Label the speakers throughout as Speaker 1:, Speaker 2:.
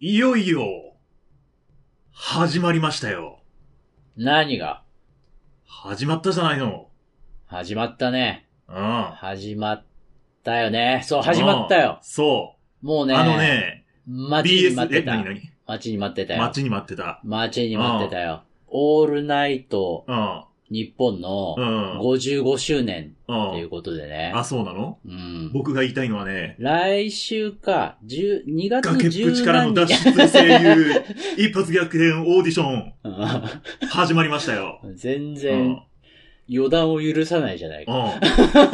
Speaker 1: いよいよ、始まりましたよ。
Speaker 2: 何が
Speaker 1: 始まったじゃないの。
Speaker 2: 始まったね。
Speaker 1: うん。
Speaker 2: 始まったよね。そう、始まった
Speaker 1: うん
Speaker 2: よ。
Speaker 1: そ
Speaker 2: もう
Speaker 1: う。
Speaker 2: ね、
Speaker 1: あのね、
Speaker 2: 待ちに
Speaker 1: BS
Speaker 2: 待っ、
Speaker 1: え、
Speaker 2: てた
Speaker 1: 何。何
Speaker 2: 待ちに待ってたよ
Speaker 1: 待。ちに待ってた。
Speaker 2: 待ちに待ってたよ。オールナイト
Speaker 1: うん。
Speaker 2: 日本の
Speaker 1: うん。
Speaker 2: 55周年
Speaker 1: う。
Speaker 2: というんことでね。
Speaker 1: あ、そうなの
Speaker 2: うん。
Speaker 1: 僕が言いたいのはね、
Speaker 2: 来週か、10 2月
Speaker 1: 崖っぷちから
Speaker 2: 17
Speaker 1: の
Speaker 2: 日
Speaker 1: 脱。出声優、 一発逆転オーディション、
Speaker 2: う
Speaker 1: 始まりましたよ。
Speaker 2: ん 全
Speaker 1: うん。うん
Speaker 2: 然。予断を許さないじゃないか。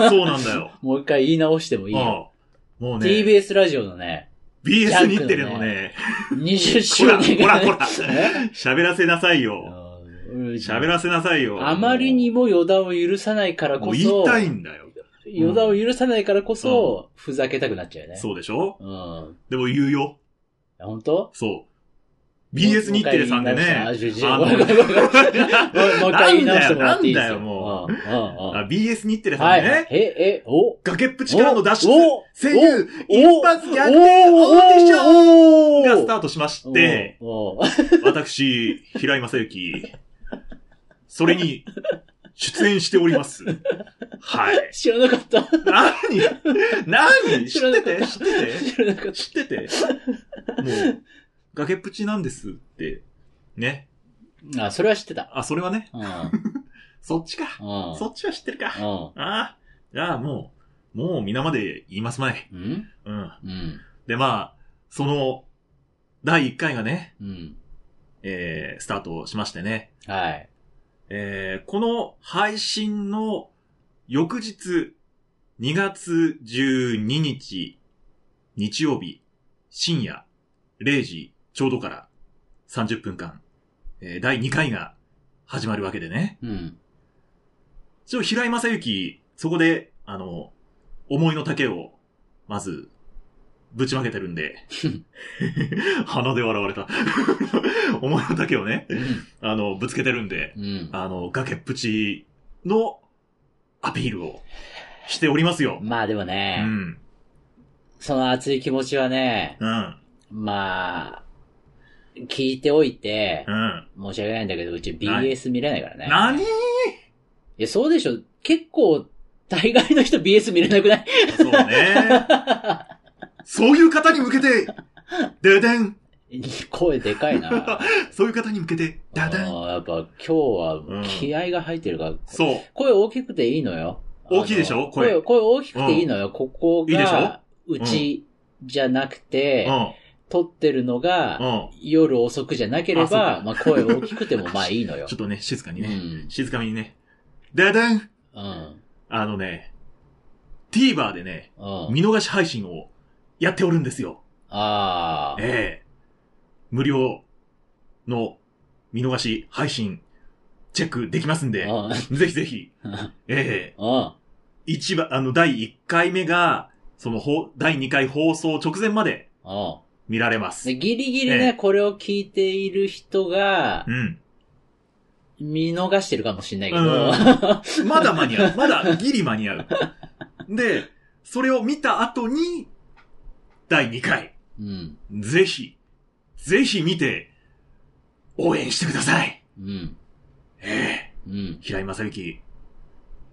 Speaker 1: そうなんだよ。
Speaker 2: もう一回言い直しても
Speaker 1: う
Speaker 2: い
Speaker 1: ん。
Speaker 2: いよ。
Speaker 1: もうね、
Speaker 2: TBS ラジオの ね、
Speaker 1: BS 日テレのね、
Speaker 2: 20
Speaker 1: こ
Speaker 2: 周
Speaker 1: ら、
Speaker 2: 年
Speaker 1: こら、
Speaker 2: が
Speaker 1: こ
Speaker 2: ね
Speaker 1: ら、喋らせなさいよ。
Speaker 2: うん
Speaker 1: 喋らせなさいよ。
Speaker 2: あまりにも予断を許さないから
Speaker 1: も
Speaker 2: こ
Speaker 1: う言い
Speaker 2: そ、
Speaker 1: たいんだよ。
Speaker 2: 予断を許さないからこそ、ふざけたくなっちゃうよね。
Speaker 1: そうでしょ
Speaker 2: うん。
Speaker 1: でも言うよ。
Speaker 2: 本当
Speaker 1: そう。BS 日テレさんでね。
Speaker 2: もう一回言い直した
Speaker 1: あ
Speaker 2: あ
Speaker 1: の
Speaker 2: ごめんごめんごめんもう一回言い直してもらっていいです
Speaker 1: なんだよも
Speaker 2: う。うんうん
Speaker 1: あ BS 日テレさ
Speaker 2: は
Speaker 1: ん
Speaker 2: い
Speaker 1: で
Speaker 2: はい。
Speaker 1: ね。
Speaker 2: え、え、お
Speaker 1: 崖っぷちからの脱出
Speaker 2: お
Speaker 1: 声優一発ギャグ
Speaker 2: お
Speaker 1: オーディショ
Speaker 2: お
Speaker 1: がスタ
Speaker 2: ー
Speaker 1: ートしまして、
Speaker 2: おおー
Speaker 1: 私、平井正幸、それに出演しております。はい。
Speaker 2: 知らなかった。
Speaker 1: 何何知ってて知ってて
Speaker 2: 知らなかっ
Speaker 1: 知ってて、もう、崖っぷちなんですって、ね。
Speaker 2: た。あ、それは知ってた。
Speaker 1: あ、それはね、
Speaker 2: うん。うん。
Speaker 1: そっちか。そっちは知ってるか。ああ、じゃあもう、もう皆まで言いますまい。
Speaker 2: うん。
Speaker 1: う
Speaker 2: うん
Speaker 1: ん。
Speaker 2: うん。
Speaker 1: で、まあ、その、第1回がね、
Speaker 2: うん。
Speaker 1: えー、スタートしましてね。
Speaker 2: はい。
Speaker 1: えー、この配信の翌日、2月12日、日曜日、深夜0時ちょうどから30分間、えー第2回が始まるわけでね。
Speaker 2: うん。
Speaker 1: 一応、平井正幸、そこで、あの、思いの丈を、まず、ぶちまけてるんで。鼻で笑われた。 思いの丈をね、あの、ぶつけてるんで。
Speaker 2: うん。
Speaker 1: あの、崖っぷちのアピールをしておりますよ。
Speaker 2: まあでも
Speaker 1: う
Speaker 2: ね、
Speaker 1: ん。
Speaker 2: その熱い気持ちはね、
Speaker 1: うん。
Speaker 2: まあ、聞いておいて
Speaker 1: う、ん。
Speaker 2: 申し訳ないんだけど、うち BS 見れないからね。
Speaker 1: 何
Speaker 2: いや、そうでしょ。結構、大概の人 BS 見れなくない
Speaker 1: そうね。そういう方に向けて、ででん
Speaker 2: 声でかい な。
Speaker 1: そういう方に向けて、だ
Speaker 2: あ
Speaker 1: でん
Speaker 2: のやっぱ今日は気合が入ってるから、
Speaker 1: そう。
Speaker 2: 声大きくていいのよ。
Speaker 1: 大きいでしょ
Speaker 2: あの
Speaker 1: 声
Speaker 2: 声。声大きくていいのよ。ここ
Speaker 1: いいでしょ
Speaker 2: が、うちじゃなくて、
Speaker 1: うん。
Speaker 2: 撮ってるのが、
Speaker 1: うん。
Speaker 2: 夜遅くじゃなけれ
Speaker 1: あそうか
Speaker 2: ば、まあ声大きくてもまあいいのよ
Speaker 1: ちょ。っとね、静かに
Speaker 2: う
Speaker 1: ね。
Speaker 2: ん。
Speaker 1: 静かにね。ででん
Speaker 2: うん。
Speaker 1: あのね、TVer でね、
Speaker 2: うん。
Speaker 1: 見逃し配信をやっておるんですよ。
Speaker 2: ああ。
Speaker 1: ええ無料の見逃し配信、チェックできますんで、
Speaker 2: うん。
Speaker 1: ぜひぜひ、ええ
Speaker 2: うん。
Speaker 1: 一番、あの、第1回目が、その、ほ第2回放送直前まで
Speaker 2: うん。
Speaker 1: 見られます
Speaker 2: で、。ギリギリ
Speaker 1: ええ
Speaker 2: ね、これを聞いている人が
Speaker 1: う、ん。
Speaker 2: 見逃してるかもしれないけど、
Speaker 1: うんまだ間に合う。まだギリ間に合う。で、それを見た後に、第2回、
Speaker 2: うん。
Speaker 1: ぜひ、ぜひ見て、応援してください。
Speaker 2: うん。
Speaker 1: ええ
Speaker 2: うん。
Speaker 1: 平井正幸、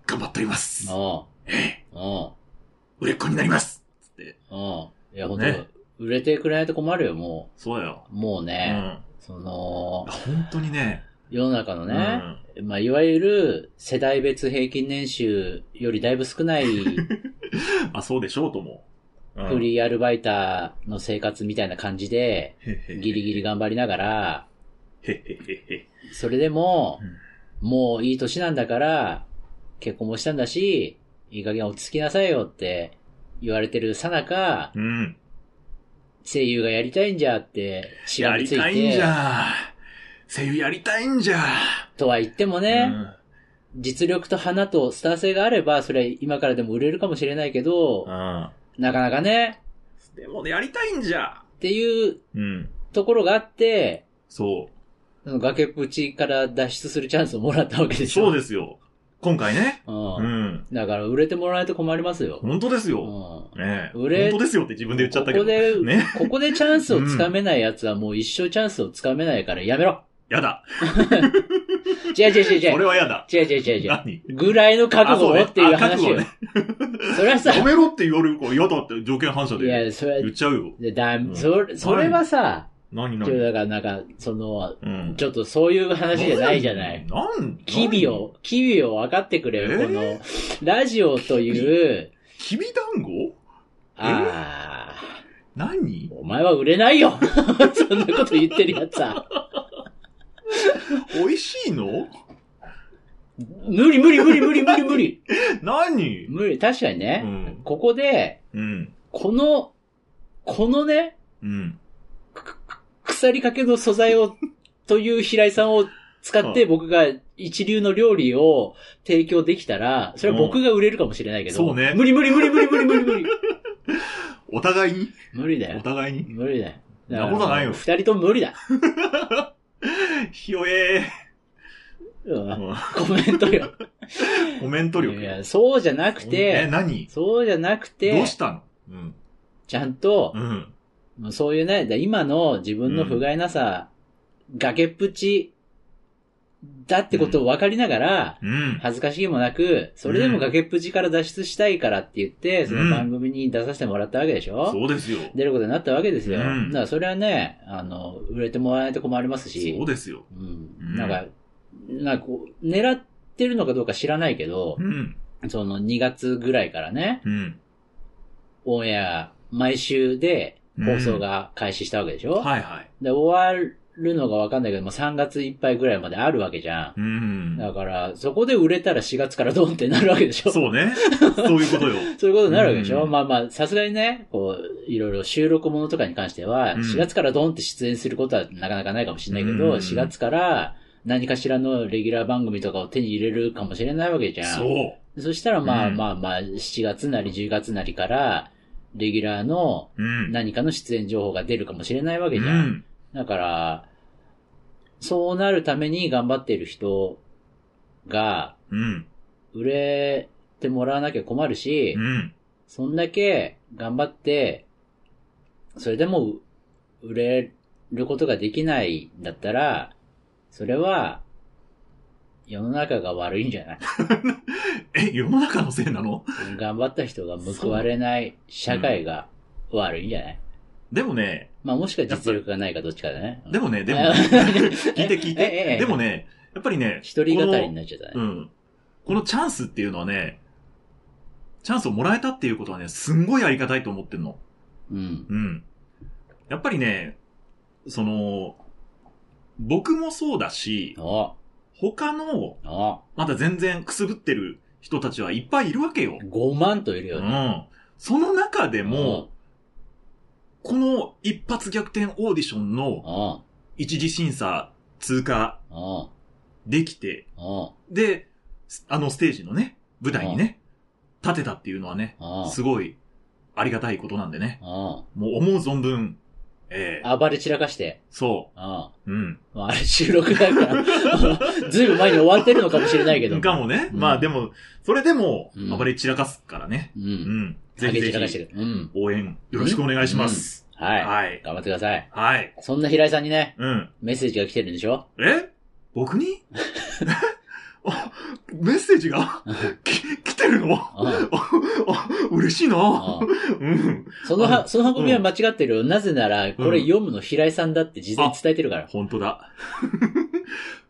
Speaker 1: 頑張っております。
Speaker 2: おう
Speaker 1: ええ、
Speaker 2: お
Speaker 1: 売れっ子になります。つって。
Speaker 2: うおういや、本
Speaker 1: ね
Speaker 2: 当売れてくれないと困るよ、も
Speaker 1: そうだよ。
Speaker 2: う。もう
Speaker 1: うん。
Speaker 2: ね、
Speaker 1: あ
Speaker 2: その、
Speaker 1: 本当にね。
Speaker 2: 世の中の
Speaker 1: う
Speaker 2: ね、
Speaker 1: ん。
Speaker 2: まあ、いわゆる世代別平均年収よりだいぶ少ない
Speaker 1: あ、そうでしょうとも。うん
Speaker 2: フリーアルバイターの生活みたいな感じで、
Speaker 1: へへ
Speaker 2: ギリギリ頑張りながら、
Speaker 1: へへへへ。
Speaker 2: それでも、もういい年なんだから、結婚もしたんだし、いい加減落ち着きなさいよって言われてるさなか、
Speaker 1: うん。
Speaker 2: 声優がやりたいんじゃって、し
Speaker 1: や
Speaker 2: がみ
Speaker 1: り
Speaker 2: つい
Speaker 1: たいんじ
Speaker 2: て、
Speaker 1: ゃ。声優やりたいんじゃ。
Speaker 2: とは言っても
Speaker 1: う
Speaker 2: ね、
Speaker 1: ん
Speaker 2: 実力と花とスター性があれば、それは今からでも売れるかもしれないけど、
Speaker 1: うん。
Speaker 2: なかなかね、
Speaker 1: でもね、やりたいんじゃ。
Speaker 2: っていう
Speaker 1: うん。
Speaker 2: ところがあって、
Speaker 1: そ
Speaker 2: その崖っぷちから脱出するチャンスをもらったわけ
Speaker 1: う。
Speaker 2: でし
Speaker 1: そ
Speaker 2: ょ。
Speaker 1: うですよ。今回ね。
Speaker 2: う。
Speaker 1: うんん。
Speaker 2: だから売れてもらわないと困りますよ。
Speaker 1: 本当です
Speaker 2: う
Speaker 1: よ。
Speaker 2: ん。
Speaker 1: ねえ
Speaker 2: 売れ
Speaker 1: 本当ですよって自分で言っちゃったけ
Speaker 2: ここ
Speaker 1: ど。
Speaker 2: で、
Speaker 1: ね。
Speaker 2: ここでチャンスをつかめない奴はもう一生チャンスをつかめないからや めろ。
Speaker 1: やだ。
Speaker 2: 違う違う違う違
Speaker 1: 俺
Speaker 2: う。
Speaker 1: はやだ。
Speaker 2: 違う違う違う違う。
Speaker 1: 何
Speaker 2: ぐらいの覚悟をっていう話よ。
Speaker 1: あ
Speaker 2: それはさ、
Speaker 1: や めろって言われるから嫌だって条件反射
Speaker 2: い
Speaker 1: で
Speaker 2: や、それ
Speaker 1: 言っちゃうよ。
Speaker 2: でだ、
Speaker 1: ん
Speaker 2: それ、それはさ、
Speaker 1: 何
Speaker 2: ちょっと
Speaker 1: 何
Speaker 2: だからなんか、その、
Speaker 1: うん。
Speaker 2: ちょっとそういう話じゃないじゃない。
Speaker 1: なん
Speaker 2: 機微。を、機微を分かってくれよ、
Speaker 1: え
Speaker 2: この、ラジオという、
Speaker 1: きび団子
Speaker 2: ああ、
Speaker 1: 何
Speaker 2: お前は売れないよ そんなこと言ってるやつは。
Speaker 1: 美味しいの
Speaker 2: 無理無理無理無理無理無理
Speaker 1: 何
Speaker 2: 無理、確かに
Speaker 1: う
Speaker 2: ね、
Speaker 1: ん。
Speaker 2: ここで、
Speaker 1: うん。
Speaker 2: この、このね、
Speaker 1: うん。
Speaker 2: 鎖掛けの素材を、という平井さんを使って僕が一流の料理を提供できたら、それは僕が売れるかもしれないけど。
Speaker 1: うんそうね
Speaker 2: 無理無理無理無理無理無理無理。
Speaker 1: お互いに
Speaker 2: 無理だ
Speaker 1: お
Speaker 2: よ。
Speaker 1: 互いに
Speaker 2: 無理だよ。だから
Speaker 1: なことないよ
Speaker 2: 二人とも無理だ。
Speaker 1: ひよえ
Speaker 2: うん
Speaker 1: ー。うん
Speaker 2: コメントよ。
Speaker 1: コメント力。
Speaker 2: いや、そうじゃなく
Speaker 1: え、
Speaker 2: て、
Speaker 1: 何
Speaker 2: そうじゃなく
Speaker 1: どう
Speaker 2: て
Speaker 1: し、たのうん。
Speaker 2: ちゃんと
Speaker 1: う、ん。
Speaker 2: もうそういうね、だ今の自分の不甲斐なさ、崖っぷちだってことを分かりながら、
Speaker 1: うん。
Speaker 2: 恥ずかしげもなく、それでも崖っぷちから脱出したいからって言って、その番組に出させてもらったわけでしょ、
Speaker 1: そうですよ。
Speaker 2: 出ることになったわけですよ。
Speaker 1: うん
Speaker 2: だからそれはね、あの、売れてもらわないと困りますし、
Speaker 1: そうですよ。
Speaker 2: うん
Speaker 1: ん
Speaker 2: なんか、なんかこう、狙ってるのかどうか知らないけど
Speaker 1: う、ん。
Speaker 2: その2月ぐらいからね、
Speaker 1: うん。
Speaker 2: オンエア、毎週で放送が開始したわけでしょ、
Speaker 1: はいはい。
Speaker 2: で、終わるのがわかんないけど、まあ、3月いっぱいぐらいまであるわけじゃん。
Speaker 1: うん。
Speaker 2: だから、そこで売れたら4月からドンってなるわけでしょ
Speaker 1: そう ね。そういうことよ。
Speaker 2: そういうことになるわけでしょ、
Speaker 1: うん
Speaker 2: まあまあ、さすがにね、こう、いろいろ収録ものとかに関しては、
Speaker 1: うん
Speaker 2: 4月からドンって出演することはなかなかないかもしれないけど、
Speaker 1: うん
Speaker 2: 4月から何かしらのレギュラー番組とかを手に入れるかもしれないわけじゃん。
Speaker 1: そ
Speaker 2: そしたらまあ
Speaker 1: うん
Speaker 2: まあまあ、7月なり10月なりから、レギュラーの
Speaker 1: う。うん。
Speaker 2: 何かの出演情報が出るかもしれないわけじゃ。
Speaker 1: うんん。
Speaker 2: だから、そうなるために頑張っている人が、
Speaker 1: うん。
Speaker 2: 売れてもらわなきゃ困るし、
Speaker 1: うん。
Speaker 2: そんだけ頑張って、それでも売れることができないんだったら、それは、世の中が悪いんじゃ ない
Speaker 1: え、世の中のせいなの
Speaker 2: 頑張った人が報われない社会が悪いんじゃない、
Speaker 1: でもね、
Speaker 2: まあもしか実力がないかどっちかだね。
Speaker 1: でもね、で も、
Speaker 2: え
Speaker 1: 聞いて聞い
Speaker 2: えええ
Speaker 1: て。でもね、やっぱりね、
Speaker 2: 一人
Speaker 1: こ
Speaker 2: 語りに
Speaker 1: の
Speaker 2: なっちゃったね。
Speaker 1: うん。このチャンスっていうのはね、チャンスをもらえたっていうことはね、すんごいありがたいと思ってんの。
Speaker 2: うん。
Speaker 1: うん。やっぱりね、その、僕もそうだし、
Speaker 2: お、
Speaker 1: 他の、
Speaker 2: お、
Speaker 1: まだ全然くすぶってる人たちはいっぱいいるわけよ。
Speaker 2: 5万といる
Speaker 1: う
Speaker 2: よね。
Speaker 1: ん。その中でも、この一発逆転オーディション
Speaker 2: うん、
Speaker 1: の
Speaker 2: お、
Speaker 1: 一次審査通過
Speaker 2: お、
Speaker 1: できて、
Speaker 2: お、
Speaker 1: で、すあのステージのね、舞台にね、立てたっていうのはね、
Speaker 2: お、
Speaker 1: すごいありがたいことなんでね。
Speaker 2: お、
Speaker 1: もう思う存分、ええ
Speaker 2: 暴れ散らかして、
Speaker 1: そ
Speaker 2: うん。
Speaker 1: う、うん。
Speaker 2: まあ、あれ収録だから、 ずいぶん前に終わってるのかもしれないけど。
Speaker 1: かもね。
Speaker 2: うん
Speaker 1: まあでも、それでも
Speaker 2: う、ん
Speaker 1: 暴れ散らかすからね。
Speaker 2: う。
Speaker 1: うんん。ぜ
Speaker 2: 下
Speaker 1: ひ
Speaker 2: げ散ら
Speaker 1: ぜ
Speaker 2: かして
Speaker 1: ひ、
Speaker 2: る。うん。
Speaker 1: 応援よろしくお願いします。
Speaker 2: はい。
Speaker 1: はい。
Speaker 2: 頑張ってください。
Speaker 1: はい。
Speaker 2: そんな平井さんにね、
Speaker 1: うん。
Speaker 2: メッセージが来てるんでしょ
Speaker 1: え僕に あメッセージ がき来てるのあ
Speaker 2: うん
Speaker 1: あ嬉しいな。
Speaker 2: うん
Speaker 1: うん。
Speaker 2: その
Speaker 1: う
Speaker 2: は、その運びは間違ってるよ。なぜなら、これ読むの平井さんだって事前に伝えてるから。
Speaker 1: 本当だ。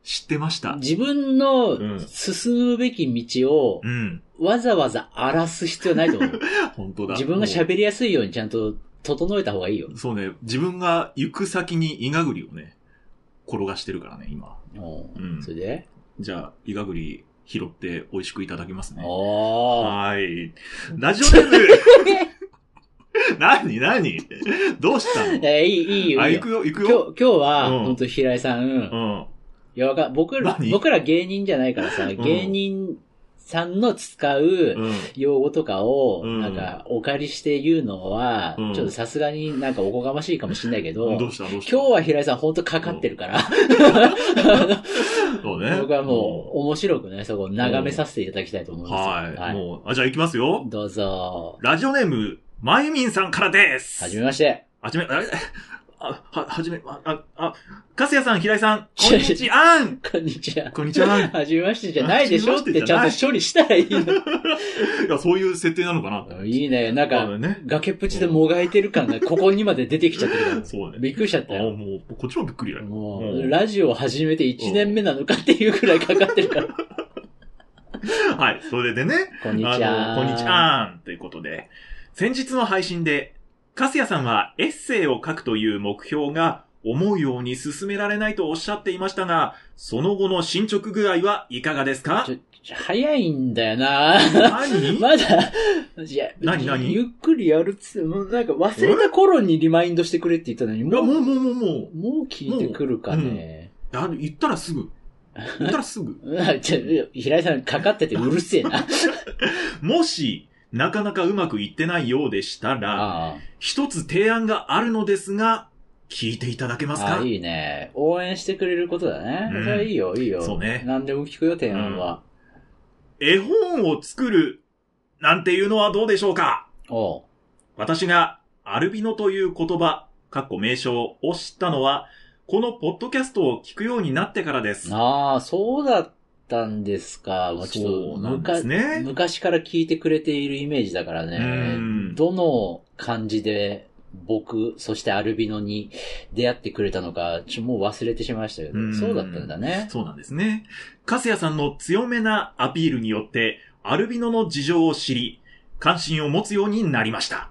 Speaker 1: 知ってました。
Speaker 2: 自分
Speaker 1: う
Speaker 2: の
Speaker 1: ん
Speaker 2: 進むべき道を
Speaker 1: うん。
Speaker 2: わざわざ荒らす必要ないと思う。
Speaker 1: 本当だ。
Speaker 2: 自分が
Speaker 1: も
Speaker 2: 喋りやすいようにちゃんと整えた方がいいよ
Speaker 1: う。そうね、自分が行く先にイガグリをね、転がしてるからね、今。
Speaker 2: うん
Speaker 1: うん
Speaker 2: それで
Speaker 1: じゃあ、イガグリ拾って美味しくいただきますね。
Speaker 2: おー。
Speaker 1: はーい。ラジオネーム 何何どうしたの
Speaker 2: えー、いい、いいよ。
Speaker 1: あ、
Speaker 2: いい
Speaker 1: 行
Speaker 2: よ
Speaker 1: くよ、行く
Speaker 2: 今日、
Speaker 1: よ。
Speaker 2: 今日は、
Speaker 1: うん
Speaker 2: 本当平井さん、
Speaker 1: うん。
Speaker 2: いや、わか、僕ら、
Speaker 1: 何
Speaker 2: 僕ら芸人じゃないからさ、芸人さんの使う
Speaker 1: うん。
Speaker 2: 用語とかを、
Speaker 1: うん
Speaker 2: なんか、お借りして言うのは、
Speaker 1: うん
Speaker 2: ちょっとさすがになんかおこがましいかもしれないけど、
Speaker 1: どうしたどうした
Speaker 2: 今日は平井さんほんとかかってるから、
Speaker 1: そうね。
Speaker 2: 僕はもう面白くね、そこを眺めさせていただきたいと思い
Speaker 1: うん、
Speaker 2: ま
Speaker 1: は
Speaker 2: す。
Speaker 1: い。もう、あ、じゃあ行きますよ。
Speaker 2: どうぞ。
Speaker 1: ラジオネーム、まゆみんさんからです。
Speaker 2: はじめまして。
Speaker 1: はじめ、あれあ、は、はじめ、あ、あ、あ、かすやさん、平井さん、こんにちはん
Speaker 2: こんにちは。
Speaker 1: こんにちはん
Speaker 2: はじめましてじゃないでしょってちゃんと処理したらいい
Speaker 1: いや、そういう設定なのかな
Speaker 2: の。いいね。なん
Speaker 1: 多
Speaker 2: か、
Speaker 1: 分ね。
Speaker 2: 崖っぷちでもがいてる感がここにまで出てきちゃってるから。
Speaker 1: そうね。
Speaker 2: びっくりしちゃった
Speaker 1: あ、
Speaker 2: よ。
Speaker 1: もう、こっちもびっくりだよ。
Speaker 2: も
Speaker 1: う
Speaker 2: う、
Speaker 1: ん
Speaker 2: ラジオを始めて1年目なのかっていうくらいかかってるから。
Speaker 1: はい。それでね、
Speaker 2: こんにち
Speaker 1: あの
Speaker 2: は。
Speaker 1: こんにち。はんということで、先日の配信で、かすやさんはエッセイを書くという目標が思うように進められないとおっしゃっていましたが、その後の進捗具合はいかがですか
Speaker 2: ちょ、ちょ早いんだよな
Speaker 1: 何
Speaker 2: まだ、いや、
Speaker 1: 何何
Speaker 2: ゆっくりやるっつもうなんか忘れた頃にリマインドしてくれって言ったのに、
Speaker 1: いや、
Speaker 2: も
Speaker 1: も
Speaker 2: う、
Speaker 1: うもうもうも
Speaker 2: もう聞いてくるかね。
Speaker 1: う、あの言ったらすぐ。言ったらすぐ。
Speaker 2: うんちょ平井さんかかっててうるせえな。
Speaker 1: もし、なかなかうまくいってないようでしたら、
Speaker 2: あ
Speaker 1: 一つ提案があるのですが、聞いていただけます
Speaker 2: あ
Speaker 1: か
Speaker 2: あ、いいね。応援してくれることだね。
Speaker 1: うん
Speaker 2: それはいいよ、いいよ。
Speaker 1: そうね
Speaker 2: 何でも聞くよ、提案は。
Speaker 1: 絵本を作る、なんていうのはどうでしょうか
Speaker 2: おう
Speaker 1: 私がアルビノという言葉、かっこ名称を知ったのは、このポッドキャストを聞くようになってからです。
Speaker 2: ああ、そうだったんですか。もうちょっ
Speaker 1: そ
Speaker 2: と
Speaker 1: うなん
Speaker 2: むか
Speaker 1: ですね。
Speaker 2: 昔から聞いてくれているイメージだから
Speaker 1: う
Speaker 2: ね。
Speaker 1: ん。
Speaker 2: どの感じで僕、そしてアルビノに出会ってくれたのか、ちょもう忘れてしまいましたけ
Speaker 1: う
Speaker 2: ど、
Speaker 1: ん
Speaker 2: そうだったんだね。
Speaker 1: そうなんですね。カスヤさんの強めなアピールによって、アルビノの事情を知り、関心を持つようになりました。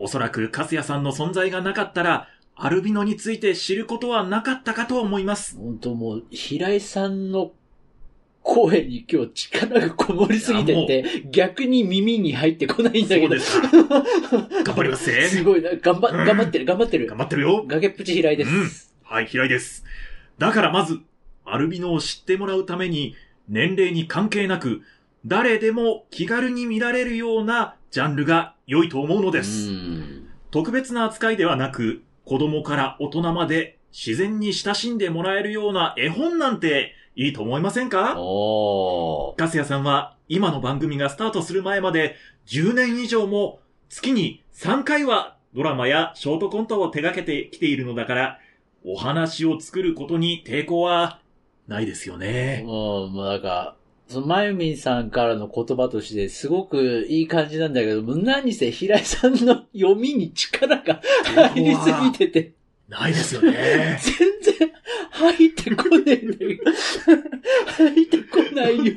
Speaker 1: おそらくカスヤさんの存在がなかったら、アルビノについて知ることはなかったかと思い ます。
Speaker 2: 本当もう、平井さんの声に今日力がこもりすぎて
Speaker 1: い
Speaker 2: て、逆に耳に入ってこないんだ
Speaker 1: そ
Speaker 2: け
Speaker 1: う
Speaker 2: ど
Speaker 1: で。すか。頑張りますぜ
Speaker 2: すごいな。頑張、
Speaker 1: うん
Speaker 2: 頑張ってる、頑張ってる
Speaker 1: 頑。張ってるよ。
Speaker 2: 崖っぷち平井です。
Speaker 1: はい、平井です。だからまず、アルビノを知ってもらうために、年齢に関係なく、誰でも気軽に見られるようなジャンルが良いと思うのです。
Speaker 2: うん
Speaker 1: 特別な扱いではなく、子供から大人まで自然に親しんでもらえるような絵本なんていいと思いませんか
Speaker 2: おー。
Speaker 1: ガスヤさんは今の番組がスタートする前まで10年以上も月に3回はドラマやショートコントを手掛けてきているのだから、お話を作ることに抵抗はないですよね。
Speaker 2: もう、もうなんか、その、まゆみんさんからの言葉として、すごくいい感じなんだけど、もう何せ平井さんの読みに力が入りすぎてて、
Speaker 1: ないですよ ね。
Speaker 2: 全然入ってこねえんだけど、入ってこないよ。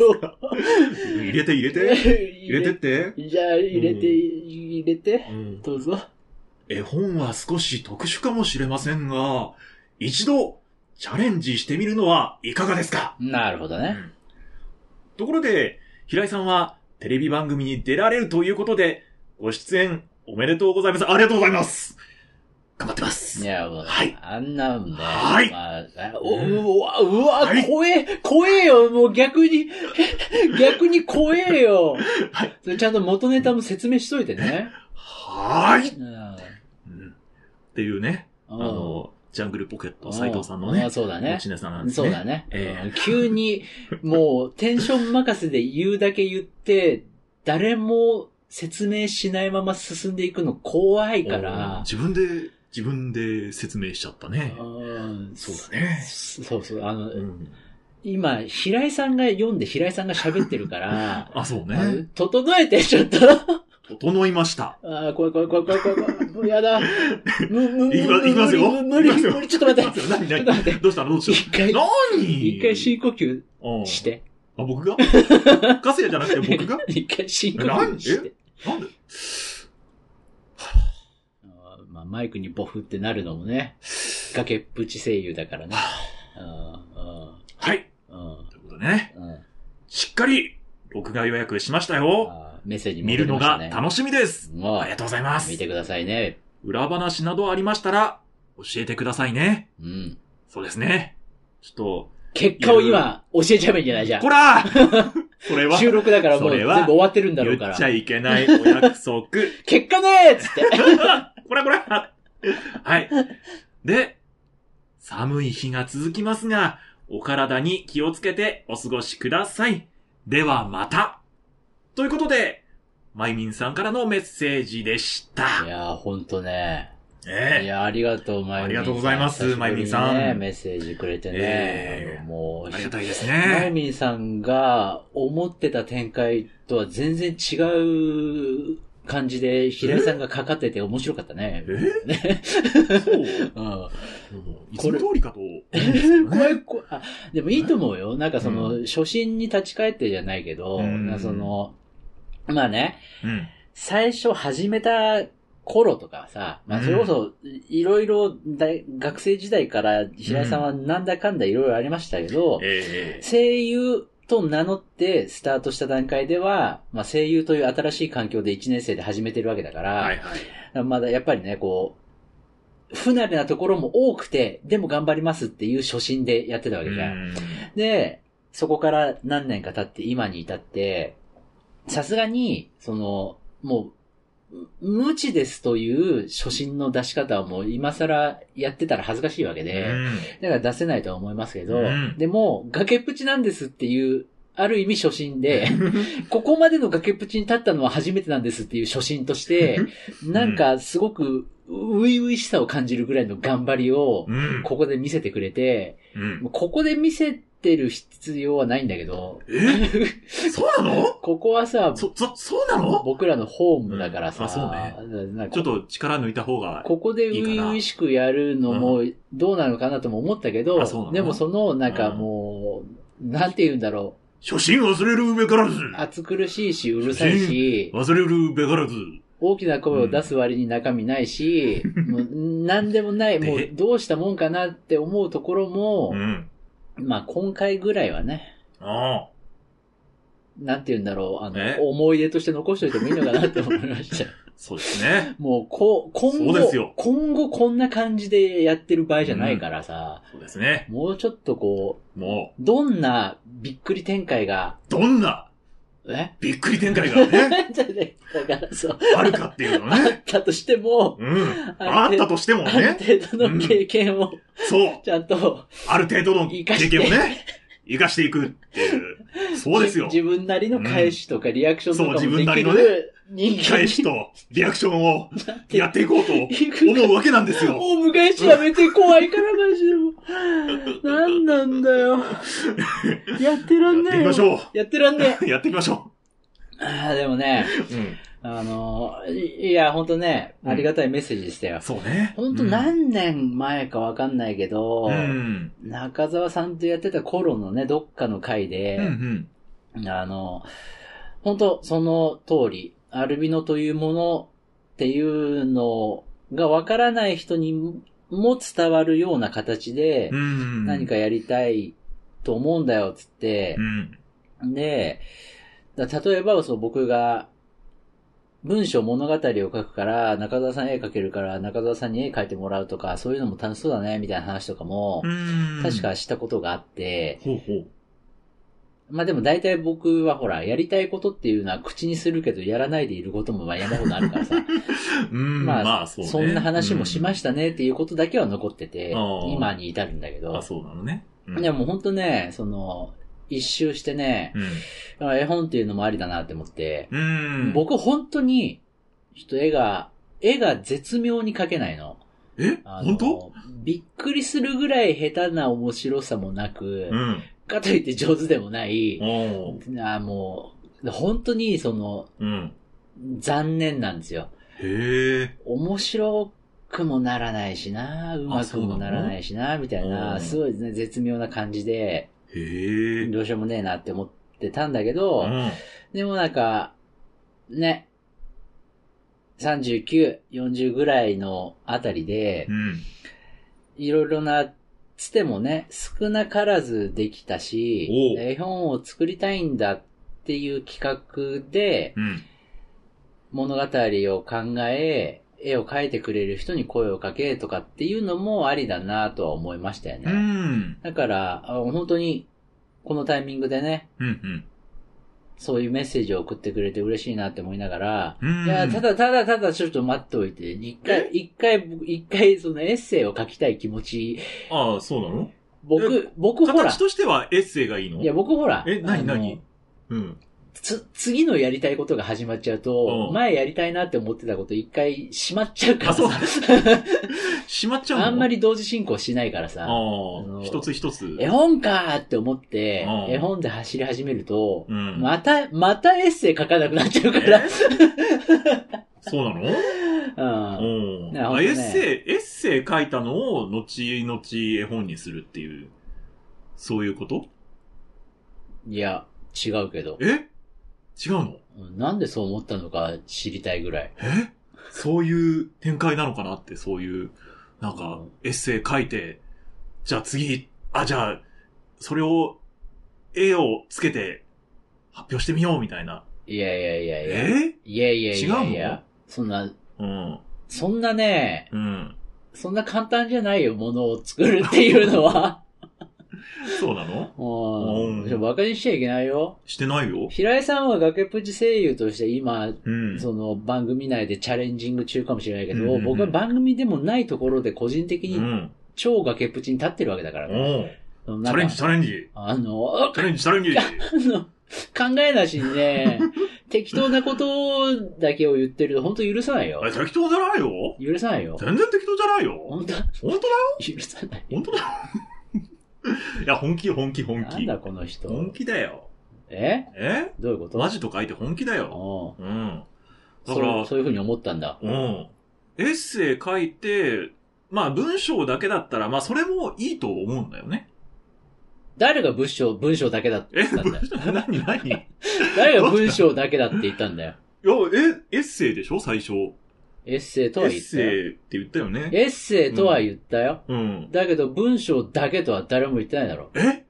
Speaker 1: 入れて入れて。入れてっ
Speaker 2: 入
Speaker 1: て。
Speaker 2: れじゃあ、入れて、入れて、
Speaker 1: うん、
Speaker 2: どうぞ。
Speaker 1: 絵本は少し特殊かもしれませんが、一度チャレンジしてみるのはいかがですか
Speaker 2: なるほどね。
Speaker 1: ところで、平井さんはテレビ番組に出られるということで、ご出演おめでとうございます。ありがとうございます。頑張ってま
Speaker 2: い
Speaker 1: す。
Speaker 2: や、もう、
Speaker 1: はい
Speaker 2: あんなんね。
Speaker 1: はい
Speaker 2: まあ、あ
Speaker 1: う
Speaker 2: お
Speaker 1: ん
Speaker 2: うわ、うわ、
Speaker 1: はい
Speaker 2: 怖え、怖えよ、もう逆に、 逆に怖えよ。
Speaker 1: はい
Speaker 2: それちゃんと元ネタも説明しといてね。
Speaker 1: はーい、
Speaker 2: うん。
Speaker 1: うんっていうね、
Speaker 2: あ
Speaker 1: あの、ジャングルポケット斎藤さんのね、
Speaker 2: そうだね
Speaker 1: 持。ちネさんなんです
Speaker 2: そ
Speaker 1: ね。
Speaker 2: うだね。
Speaker 1: ええ
Speaker 2: うん急に、もう、テンション任せで言うだけ言って、誰も説明しないまま進んでいくの怖いか
Speaker 1: うん
Speaker 2: ら。
Speaker 1: 自分で、自分で説明しちゃったね。
Speaker 2: うん
Speaker 1: そうだね。
Speaker 2: そうそう、あの、
Speaker 1: うん
Speaker 2: 今、平井さんが読んで平井さんが喋ってるから、
Speaker 1: あ、そう
Speaker 2: あ
Speaker 1: ね
Speaker 2: の。整えて、ちょっと。
Speaker 1: 整いました。
Speaker 2: あー怖い怖い怖い怖い怖い怖い。もうやだ。むむむ
Speaker 1: いきまいきますよ。
Speaker 2: 無理
Speaker 1: いきますよ
Speaker 2: 無理ちょっと待って。
Speaker 1: いきますよ 何
Speaker 2: ちょっと待って
Speaker 1: 何どうしたのどうし
Speaker 2: 一
Speaker 1: た
Speaker 2: 回、
Speaker 1: 何
Speaker 2: 一回深呼吸
Speaker 1: うん
Speaker 2: して。
Speaker 1: あ、僕 がカスヤじゃなくて僕が
Speaker 2: 一回深呼吸して。
Speaker 1: なんで
Speaker 2: あーまあ、マイクにボフってなるのもね、崖っぷち声優だからね。あ
Speaker 1: はい。
Speaker 2: ーうん
Speaker 1: ということでね、
Speaker 2: うんうん
Speaker 1: しっかり録画予約しましたよ。
Speaker 2: あーメッセージ
Speaker 1: 見るのが
Speaker 2: し
Speaker 1: 楽しみです。
Speaker 2: も
Speaker 1: ありがとうございま
Speaker 2: う、
Speaker 1: す
Speaker 2: 見。てくださいね。
Speaker 1: 裏話などありましたら、教えてくださいね。
Speaker 2: うん。
Speaker 1: そうですね。ちょっと、
Speaker 2: 結果を今、教えちゃえばいいんじゃないじゃん。
Speaker 1: こらそれは、
Speaker 2: 収録だからもう
Speaker 1: それ
Speaker 2: 全部
Speaker 1: は
Speaker 2: 終わってるんだろうか
Speaker 1: 言っ
Speaker 2: ら
Speaker 1: ち。ゃいけないお約束。
Speaker 2: 結果ねーっつって。
Speaker 1: これこれはい。で、寒い日が続きますが、お体に気をつけてお過ごしください。ではまたということで、まゆみんさんからのメッセージでした。
Speaker 2: いやー、ほんとね。い
Speaker 1: ええ
Speaker 2: やー、ありがとう、マイミンさん。
Speaker 1: ありがとうございます
Speaker 2: 久しぶりにね
Speaker 1: マイミンさん
Speaker 2: メッセージくれてね。
Speaker 1: ええ
Speaker 2: あのもう、
Speaker 1: ありがたいです
Speaker 2: マイ
Speaker 1: ね。
Speaker 2: ミンさんが思ってた展開とは全然違う感じで、平井さんがかかってて面白かったね。
Speaker 1: え
Speaker 2: ね。
Speaker 1: そう
Speaker 2: うん。
Speaker 1: いつも通りかと思うんですけど
Speaker 2: これ
Speaker 1: ね。
Speaker 2: こ あ、でもいいと思うよ。なんかその、
Speaker 1: う
Speaker 2: 初心に立ち返ってじゃないけど、
Speaker 1: うん
Speaker 2: なんかその、まあね、
Speaker 1: うん。
Speaker 2: 最初始めた頃とかさ、まあそれこそ、いろいろ大、学生時代から平井さんはなんだかんだいろいろありましたけど、
Speaker 1: ええ
Speaker 2: 声優と名乗ってスタートした段階では、まあ声優という新しい環境で1年生で始めてるわけだから、
Speaker 1: はいはい。
Speaker 2: まだやっぱりね、こう、不慣れなところも多くて、でも頑張りますっていう初心でやってたわけじゃん
Speaker 1: うん
Speaker 2: で、そこから何年か経って今に至って、さすがに、その、もう、む無知ですという初心の出し方はもう今更やってたら恥ずかしいわけで、だから出せないとは思いますけど、
Speaker 1: うん
Speaker 2: でも、崖っぷちなんですっていう、ある意味初心で、
Speaker 1: うん
Speaker 2: ここまでの崖っぷちに立ったのは初めてなんですっていう初心として、なんかすごく初々しさを感じるぐらいの頑張りを、
Speaker 1: うん
Speaker 2: ここで見せてくれて、
Speaker 1: うん
Speaker 2: もうここで見せてる必要はないんだけど、
Speaker 1: えそうなの
Speaker 2: ここはさ、
Speaker 1: そ、そ、そうなの
Speaker 2: 僕らのホームだからさ、
Speaker 1: うんあ
Speaker 2: なんか
Speaker 1: ちょっと力抜いた方が。
Speaker 2: ここで初々しくやるのもどうなのかなとも思ったけど、
Speaker 1: あそうなの
Speaker 2: でもその、なんかもう、なんて言うんだろ
Speaker 1: 初心忘れるべからず
Speaker 2: う、暑苦しいし、うるさいし、
Speaker 1: 忘れるべからず
Speaker 2: 大きな声を出す割に中身ないし、もう何でもない、
Speaker 1: で
Speaker 2: もうどうしたもんかなって思うところも
Speaker 1: う、ん。
Speaker 2: まあ今回ぐらいはね、
Speaker 1: ああ。
Speaker 2: なんて言うんだろう、あ
Speaker 1: え
Speaker 2: の、思い出として残しておいてもいいのかなって思いま した。
Speaker 1: そうです ね。
Speaker 2: もう、こう、今
Speaker 1: そうです
Speaker 2: 後
Speaker 1: よ、
Speaker 2: 今後こんな感じでやってる場合じゃないからさ、
Speaker 1: そうですね。
Speaker 2: もうちょっとこう、
Speaker 1: も
Speaker 2: どんなびっくり展開が、
Speaker 1: う、どんな
Speaker 2: え
Speaker 1: びっくり展開が ね、
Speaker 2: じゃねだからそう、
Speaker 1: あるかっていうの
Speaker 2: あ
Speaker 1: ね。
Speaker 2: ったとしても、
Speaker 1: うん。あ
Speaker 2: あ
Speaker 1: ったとしても
Speaker 2: ある
Speaker 1: ね。
Speaker 2: 程度の経験を、
Speaker 1: そう。
Speaker 2: ちゃんと、
Speaker 1: ある程度の
Speaker 2: 生
Speaker 1: 経
Speaker 2: かして
Speaker 1: 験をね、生かしていくっていう。そうですよ。
Speaker 2: 自分なりの返しとかリアクションとか
Speaker 1: そう
Speaker 2: も
Speaker 1: 自
Speaker 2: で
Speaker 1: 分な
Speaker 2: き
Speaker 1: りのね
Speaker 2: る人間
Speaker 1: 返
Speaker 2: に
Speaker 1: しとリアクションをやっていこうと
Speaker 2: いく
Speaker 1: 思うわけなんです よ。
Speaker 2: オウム返しやめて怖いからマジでも。なんなんだよ。やってら
Speaker 1: や
Speaker 2: ん
Speaker 1: っ
Speaker 2: ね
Speaker 1: ていき
Speaker 2: えよ
Speaker 1: ましょ
Speaker 2: やってらんね
Speaker 1: う。 やっていきましょ
Speaker 2: え。ああ、でもね、
Speaker 1: う。うん。
Speaker 2: あのー、いいや、ほんとね、
Speaker 1: うん
Speaker 2: ありがたいメッセージでしたよ。
Speaker 1: そうね。
Speaker 2: ほんと何年前かわかんないけど、
Speaker 1: うん。
Speaker 2: 中澤さんとやってた頃のね、どっかの回
Speaker 1: う
Speaker 2: で、
Speaker 1: ん。うん。
Speaker 2: あの、本当その通り、アルビノというものっていうのがわからない人にも伝わるような形で
Speaker 1: う、ん。
Speaker 2: 何かやりたいと思うんだよ、つって
Speaker 1: う、ん。
Speaker 2: で、だ例えば、そう、僕が、文章物語を書くから、中澤さん絵描けるから、中澤さんに絵描いてもらうとか、そういうのも楽しそうだね、みたいな話とかも、
Speaker 1: うん。
Speaker 2: 確か。したことがあって、
Speaker 1: ほうほう。
Speaker 2: まあでも大体僕はほら、やりたいことっていうのは口にするけど、やらないでいることもまあ山ほどあるからさ、
Speaker 1: うん。
Speaker 2: まあ
Speaker 1: まあ、 そうね。
Speaker 2: そんな話もしましたねっていうことだけは残ってて、
Speaker 1: あー
Speaker 2: 今に至るんだけ
Speaker 1: うんあ、
Speaker 2: ど、
Speaker 1: そうなのね。うん
Speaker 2: でも本当ね、その、一周してね、
Speaker 1: う
Speaker 2: あ絵本っていうのもありだなって思って、
Speaker 1: ん。うん。
Speaker 2: 僕本当に、ちょっと絵が、絵が絶妙に描けないの。
Speaker 1: え
Speaker 2: あ
Speaker 1: 本
Speaker 2: の
Speaker 1: 当
Speaker 2: びっくりするぐらい下手な面白さもなく、
Speaker 1: うん。
Speaker 2: かといって上手でもない、
Speaker 1: おー
Speaker 2: あーもう、本当にその、
Speaker 1: うん。
Speaker 2: 残念なんですよ。
Speaker 1: へえ。
Speaker 2: 面白くもならないしな、うまくもならないしな、みたいな、
Speaker 1: うん
Speaker 2: すごい、ね、絶妙な感じで、
Speaker 1: へえ。
Speaker 2: どうしようもねえなって思ってたんだけど、
Speaker 1: うん。
Speaker 2: でもなんか、ね、39、40ぐらいのあたりで
Speaker 1: う、ん。
Speaker 2: いろいろな、つてもね、少なからずできたし
Speaker 1: お、う
Speaker 2: 絵本を作りたいんだっていう企画で、
Speaker 1: うん。
Speaker 2: 物語を考え、絵を描いてくれる人に声をかけとかっていうのもありだなとは思いましたよね。
Speaker 1: うん。
Speaker 2: だから、あ本当に、このタイミングでね、
Speaker 1: うん。うん。
Speaker 2: そういうメッセージを送ってくれて嬉しいなって思いながら、
Speaker 1: うん。
Speaker 2: いや、ただただただちょっと待っておいて、一回、一回、僕一回そのエッセイを書きたい気持ち、
Speaker 1: ああ、そうなの
Speaker 2: 僕、僕ほら
Speaker 1: 形、としてはエッセイがいいの
Speaker 2: いや、僕ほら、
Speaker 1: え、なに
Speaker 2: あの
Speaker 1: なにうん。
Speaker 2: つ、次のやりたいことが始まっちゃうと、
Speaker 1: うん
Speaker 2: 前やりたいなって思ってたこと一回しまっちゃうから
Speaker 1: あ、そう
Speaker 2: さ、
Speaker 1: 閉まっちゃうの
Speaker 2: あんま。り同時進行しないからさ、
Speaker 1: あ
Speaker 2: あの
Speaker 1: あ、一つ一つ。
Speaker 2: 絵本かーって思って
Speaker 1: う、ん
Speaker 2: 絵本で走り始めると、
Speaker 1: うん。
Speaker 2: また、またエッセイ書かなくなっちゃうから。
Speaker 1: そうなの
Speaker 2: う ん。
Speaker 1: うん。
Speaker 2: ねほん
Speaker 1: あ
Speaker 2: と
Speaker 1: エ
Speaker 2: ね
Speaker 1: ッセイ、エッセイ書いたのを後々絵本にするっていう、そういうこと
Speaker 2: いや、違うけど。
Speaker 1: え違うの
Speaker 2: なんでそう思ったのか知りたいぐらい。
Speaker 1: えそういう展開なのかなって、そういう、なんか
Speaker 2: うん、
Speaker 1: エッセイ書いて、じゃあ次、あ、じゃあ、それを、絵をつけて、発表してみようみたいな。
Speaker 2: いやいやいやいや。
Speaker 1: え
Speaker 2: いやいやいやい
Speaker 1: 違う
Speaker 2: や
Speaker 1: の。
Speaker 2: そんな、
Speaker 1: うん。
Speaker 2: そんなね、
Speaker 1: うん。
Speaker 2: そんな簡単じゃないよ、ものを作るっていう のは。
Speaker 1: そうなの
Speaker 2: うん
Speaker 1: うん
Speaker 2: ちょ。バカにしちゃいけないよ。
Speaker 1: してないよ。
Speaker 2: 平井さんは崖っぷち声優として今、
Speaker 1: うん。
Speaker 2: その番組内でチャレンジング中かもしれないけど、
Speaker 1: うんうんうん
Speaker 2: 僕は番組でもないところで個人的
Speaker 1: う
Speaker 2: に
Speaker 1: ん。
Speaker 2: 超崖っぷちに立ってるわけだから
Speaker 1: お
Speaker 2: ね。
Speaker 1: う
Speaker 2: その
Speaker 1: チ
Speaker 2: な
Speaker 1: ャ
Speaker 2: んか
Speaker 1: レンジ、チャレンジ。
Speaker 2: あの、
Speaker 1: チャレンジ、チャレンジ。
Speaker 2: あの、考えなしにね、適当なことだけを言ってると本当許さないよ
Speaker 1: あ。適当じゃないよ。
Speaker 2: 許さないよ。
Speaker 1: 全然適当じゃないよ。
Speaker 2: 本当
Speaker 1: 本当だよ。
Speaker 2: 許さない。
Speaker 1: 本当だよ。 いや、本気、本気、本
Speaker 2: なん
Speaker 1: 気。
Speaker 2: だこの人。
Speaker 1: 本気だよ。
Speaker 2: え
Speaker 1: え
Speaker 2: どういうこと
Speaker 1: マジと書いて本気だよ。
Speaker 2: おう
Speaker 1: うん。だか
Speaker 2: そ
Speaker 1: ら
Speaker 2: う、そういうふうに思ったんだ。
Speaker 1: うん。エッセイ書いて、まあ文章だけだったら、まあそれもいいと思うんだよ ね。
Speaker 2: 誰が文章、文章だけだって
Speaker 1: え
Speaker 2: 言ったんだよ。
Speaker 1: 何 何いや、
Speaker 2: 誰が文章だけだって言ったんだよ。
Speaker 1: え、エッセイでしょ最初。
Speaker 2: エッセイと
Speaker 1: エ
Speaker 2: は
Speaker 1: ッ
Speaker 2: 言った
Speaker 1: セ
Speaker 2: よ。
Speaker 1: イって言ったよね。
Speaker 2: エッセイとは言ったよ。
Speaker 1: うん。
Speaker 2: だけど文章だけとは誰も言ってないだろ。
Speaker 1: え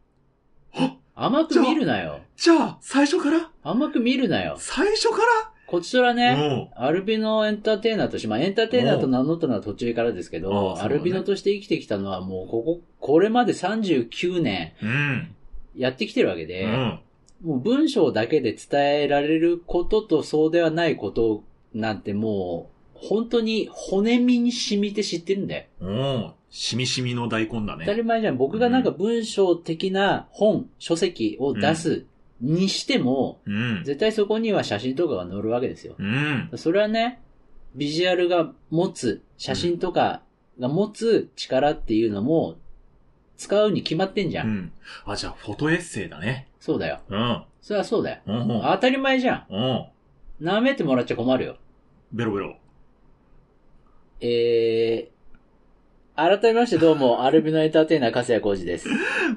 Speaker 1: あ
Speaker 2: 甘く見るなよ。
Speaker 1: じゃあ、最初から
Speaker 2: 甘く見るなよ。
Speaker 1: 最初か
Speaker 2: こちと
Speaker 1: ら
Speaker 2: らね、
Speaker 1: うん。
Speaker 2: アルビノエンターテイナーとして、まあエンターテイナーと名乗ったのは途中からですけ
Speaker 1: うんあ
Speaker 2: ど、
Speaker 1: あそう
Speaker 2: ア
Speaker 1: だね
Speaker 2: ルビノとして生きてきたのはもうここ、これまで39年
Speaker 1: うん。
Speaker 2: やってきてるわけ
Speaker 1: う
Speaker 2: で、
Speaker 1: ん。
Speaker 2: もう文章だけで伝えられることとそうではないことなんてもう、本当に骨身に染みて知ってるんだよ。
Speaker 1: うん。しみしみの大根だ
Speaker 2: 当た
Speaker 1: ね。
Speaker 2: り前じゃん。僕がなんか文章的な本、書籍を出すにしても、
Speaker 1: うん。
Speaker 2: 絶対そこには写真とかが載るわけですよ。
Speaker 1: うん。
Speaker 2: それはね、ビジュアルが持つ、写真とかが持つ力っていうのも、使うに決まってんじゃ。
Speaker 1: うんん。あ、じゃあ、フォトエッセイだね。
Speaker 2: そうだよ。
Speaker 1: うん。
Speaker 2: それはそうだよ。
Speaker 1: うん。うん
Speaker 2: 当たり前じゃ
Speaker 1: うん。
Speaker 2: ん。舐めてもらっちゃ困るよ。
Speaker 1: ベロベ ロ。
Speaker 2: えー、改めましてどう も、アルビノエンターテイナー、笠谷浩二です。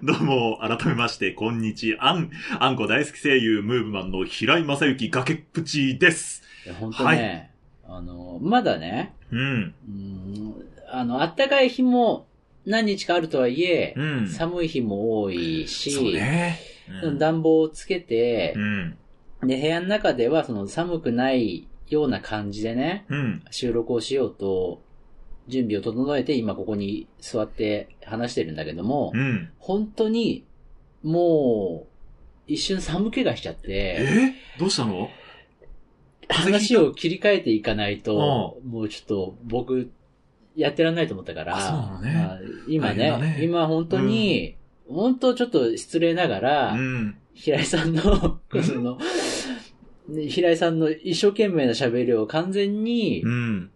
Speaker 1: どうも、改めまして、こんにちは。あん、あんこ大好き声優、ムーブマンの平井正幸崖っぷちです。
Speaker 2: いや本当ね、あの、まだね、
Speaker 1: うん。
Speaker 2: うーん、あの、暖かい日も何日かあるとはいえ、
Speaker 1: うん。
Speaker 2: 寒い日も多いし、
Speaker 1: そうね。うん。
Speaker 2: 暖房をつけて
Speaker 1: う、ん。
Speaker 2: で、部屋の中ではその寒くないような感じでね、
Speaker 1: うん。
Speaker 2: 収録をしようと、準備を整えて今ここに座って話してるんだけども、
Speaker 1: うん。
Speaker 2: 本当に、もう、一瞬寒気がしちゃって、
Speaker 1: えどうしたの風邪ひい
Speaker 2: 話
Speaker 1: た
Speaker 2: を切り替えていかないと、もうちょっと僕、やってらんないと思ったから、
Speaker 1: あそうなのね
Speaker 2: まあ今
Speaker 1: 大変だ
Speaker 2: ね、
Speaker 1: ね
Speaker 2: 今本当に、本当ちょっと失礼ながら、
Speaker 1: うん。
Speaker 2: 平井さんの、その、ね平井さんの一生懸命な喋りを完全に
Speaker 1: うん。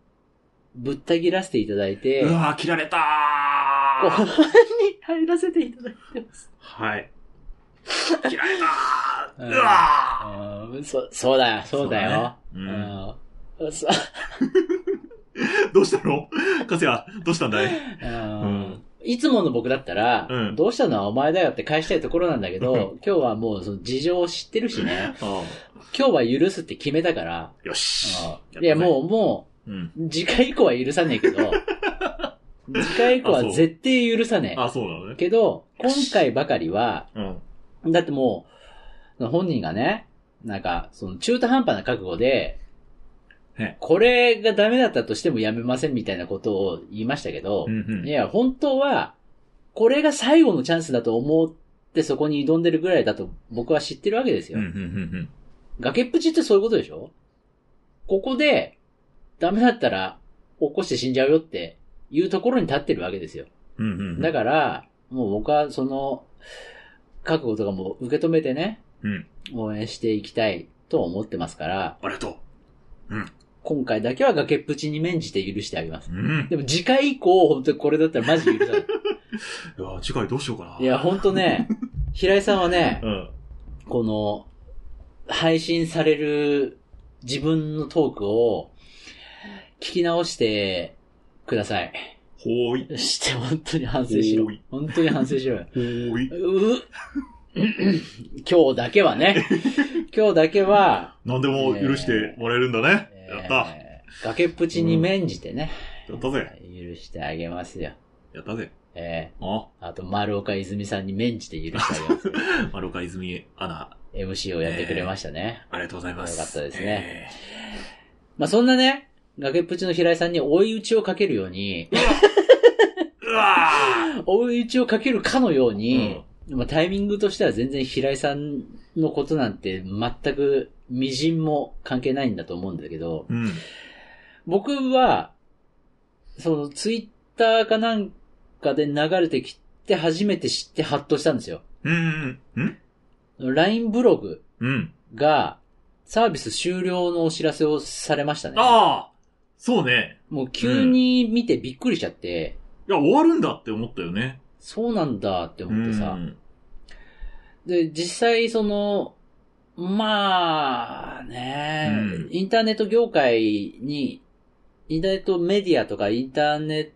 Speaker 2: ぶった切らせていただいて、
Speaker 1: うわー、切られた
Speaker 2: 後
Speaker 1: ー
Speaker 2: 半に入らせていただいてます。
Speaker 1: はい。切られた
Speaker 2: う
Speaker 1: ー
Speaker 2: ん
Speaker 1: うわ
Speaker 2: あーそそうだよ、
Speaker 1: ー
Speaker 2: そうだよ。。
Speaker 1: そううだね
Speaker 2: んそ
Speaker 1: うん。 どうしたのカセヤ、どうしたんだい
Speaker 2: うんいつもの僕だったら、
Speaker 1: うん
Speaker 2: どうしたのはお前だよって返したいところなんだけど、今日はもうその事情を知ってるしね、今日は許すって決めたから、
Speaker 1: よし
Speaker 2: うん。いやもう、も
Speaker 1: う。
Speaker 2: う、
Speaker 1: うん。
Speaker 2: 次回以降は許さねえけ ど、次回以降は絶対許さね
Speaker 1: あ、そうなの
Speaker 2: え。
Speaker 1: ね。
Speaker 2: けど、今回ばかりは、
Speaker 1: うん。
Speaker 2: だってもう、本人がね、なんか、その中途半端な覚悟で
Speaker 1: ね、
Speaker 2: これがダメだったとしてもやめませんみたいなことを言いましたけど
Speaker 1: う、ん
Speaker 2: いや、本当は、これが最後のチャンスだと思ってそこに挑んでるぐらいだと僕は知ってるわけです
Speaker 1: うん。う
Speaker 2: よ
Speaker 1: ん。。うん。
Speaker 2: 崖っぷちってそういうことでしょここで、ダメだったら、起こして死んじゃうよっていうところに立ってるわけですよ。
Speaker 1: うんうんうん。
Speaker 2: だから、もう僕はその、覚悟とかも受け止めてね、
Speaker 1: うん
Speaker 2: 応援していきたいと思ってますから、
Speaker 1: ありがと
Speaker 2: 今回だけは崖っぷちに免じて許してあげます
Speaker 1: う。。うん。
Speaker 2: でも次回以降、本当にこれだったらマジ許さない。
Speaker 1: いや、次回どうしようかな。
Speaker 2: いや、本当ね、平井さんはね
Speaker 1: う、ん。
Speaker 2: この、配信される自分のトークを聞き直してください。
Speaker 1: ほーい。
Speaker 2: して、本当に反省しろ
Speaker 1: おーい。
Speaker 2: 本当に反省しろよ。
Speaker 1: ほーい。
Speaker 2: う今日だけはね、今日だけは、
Speaker 1: 何でも許してもらえるんだね。
Speaker 2: え
Speaker 1: や
Speaker 2: ー
Speaker 1: った。
Speaker 2: 崖っぷちに免じてね、
Speaker 1: やったぜ。
Speaker 2: 許してあげますよ。
Speaker 1: やったぜ。
Speaker 2: え
Speaker 1: あ、
Speaker 2: ーあと、丸岡泉さんに免じて許してあげ ますよ。
Speaker 1: 丸岡泉アナ、
Speaker 2: MC をやってくれましたね。
Speaker 1: ありがとうございます。
Speaker 2: よかったですねまあ、そんなね、崖っぷちの平井さんに追い打ちをかけるように、
Speaker 1: えー。うわー
Speaker 2: 追い打ちをかけるかのように、まあ、タイミングとしては全然平井さんのことなんて全く微塵も関係ないんだと思うんだけど、
Speaker 1: うん。
Speaker 2: 僕は、そのツイッターかなんかで流れてきて初めて知ってハッとしたんですよ。
Speaker 1: うん。うん。
Speaker 2: LINE ブログ
Speaker 1: うん。
Speaker 2: がサービス終了のお知らせをされましたね。
Speaker 1: ああそうね。
Speaker 2: もう急に見てびっくりしちゃって、
Speaker 1: いや、終わるんだって思ったよね。
Speaker 2: そうなんだって思ってさ、
Speaker 1: うん
Speaker 2: で、実際その、まあね、
Speaker 1: うん
Speaker 2: インターネット業界に、インターネットメディアとかインターネッ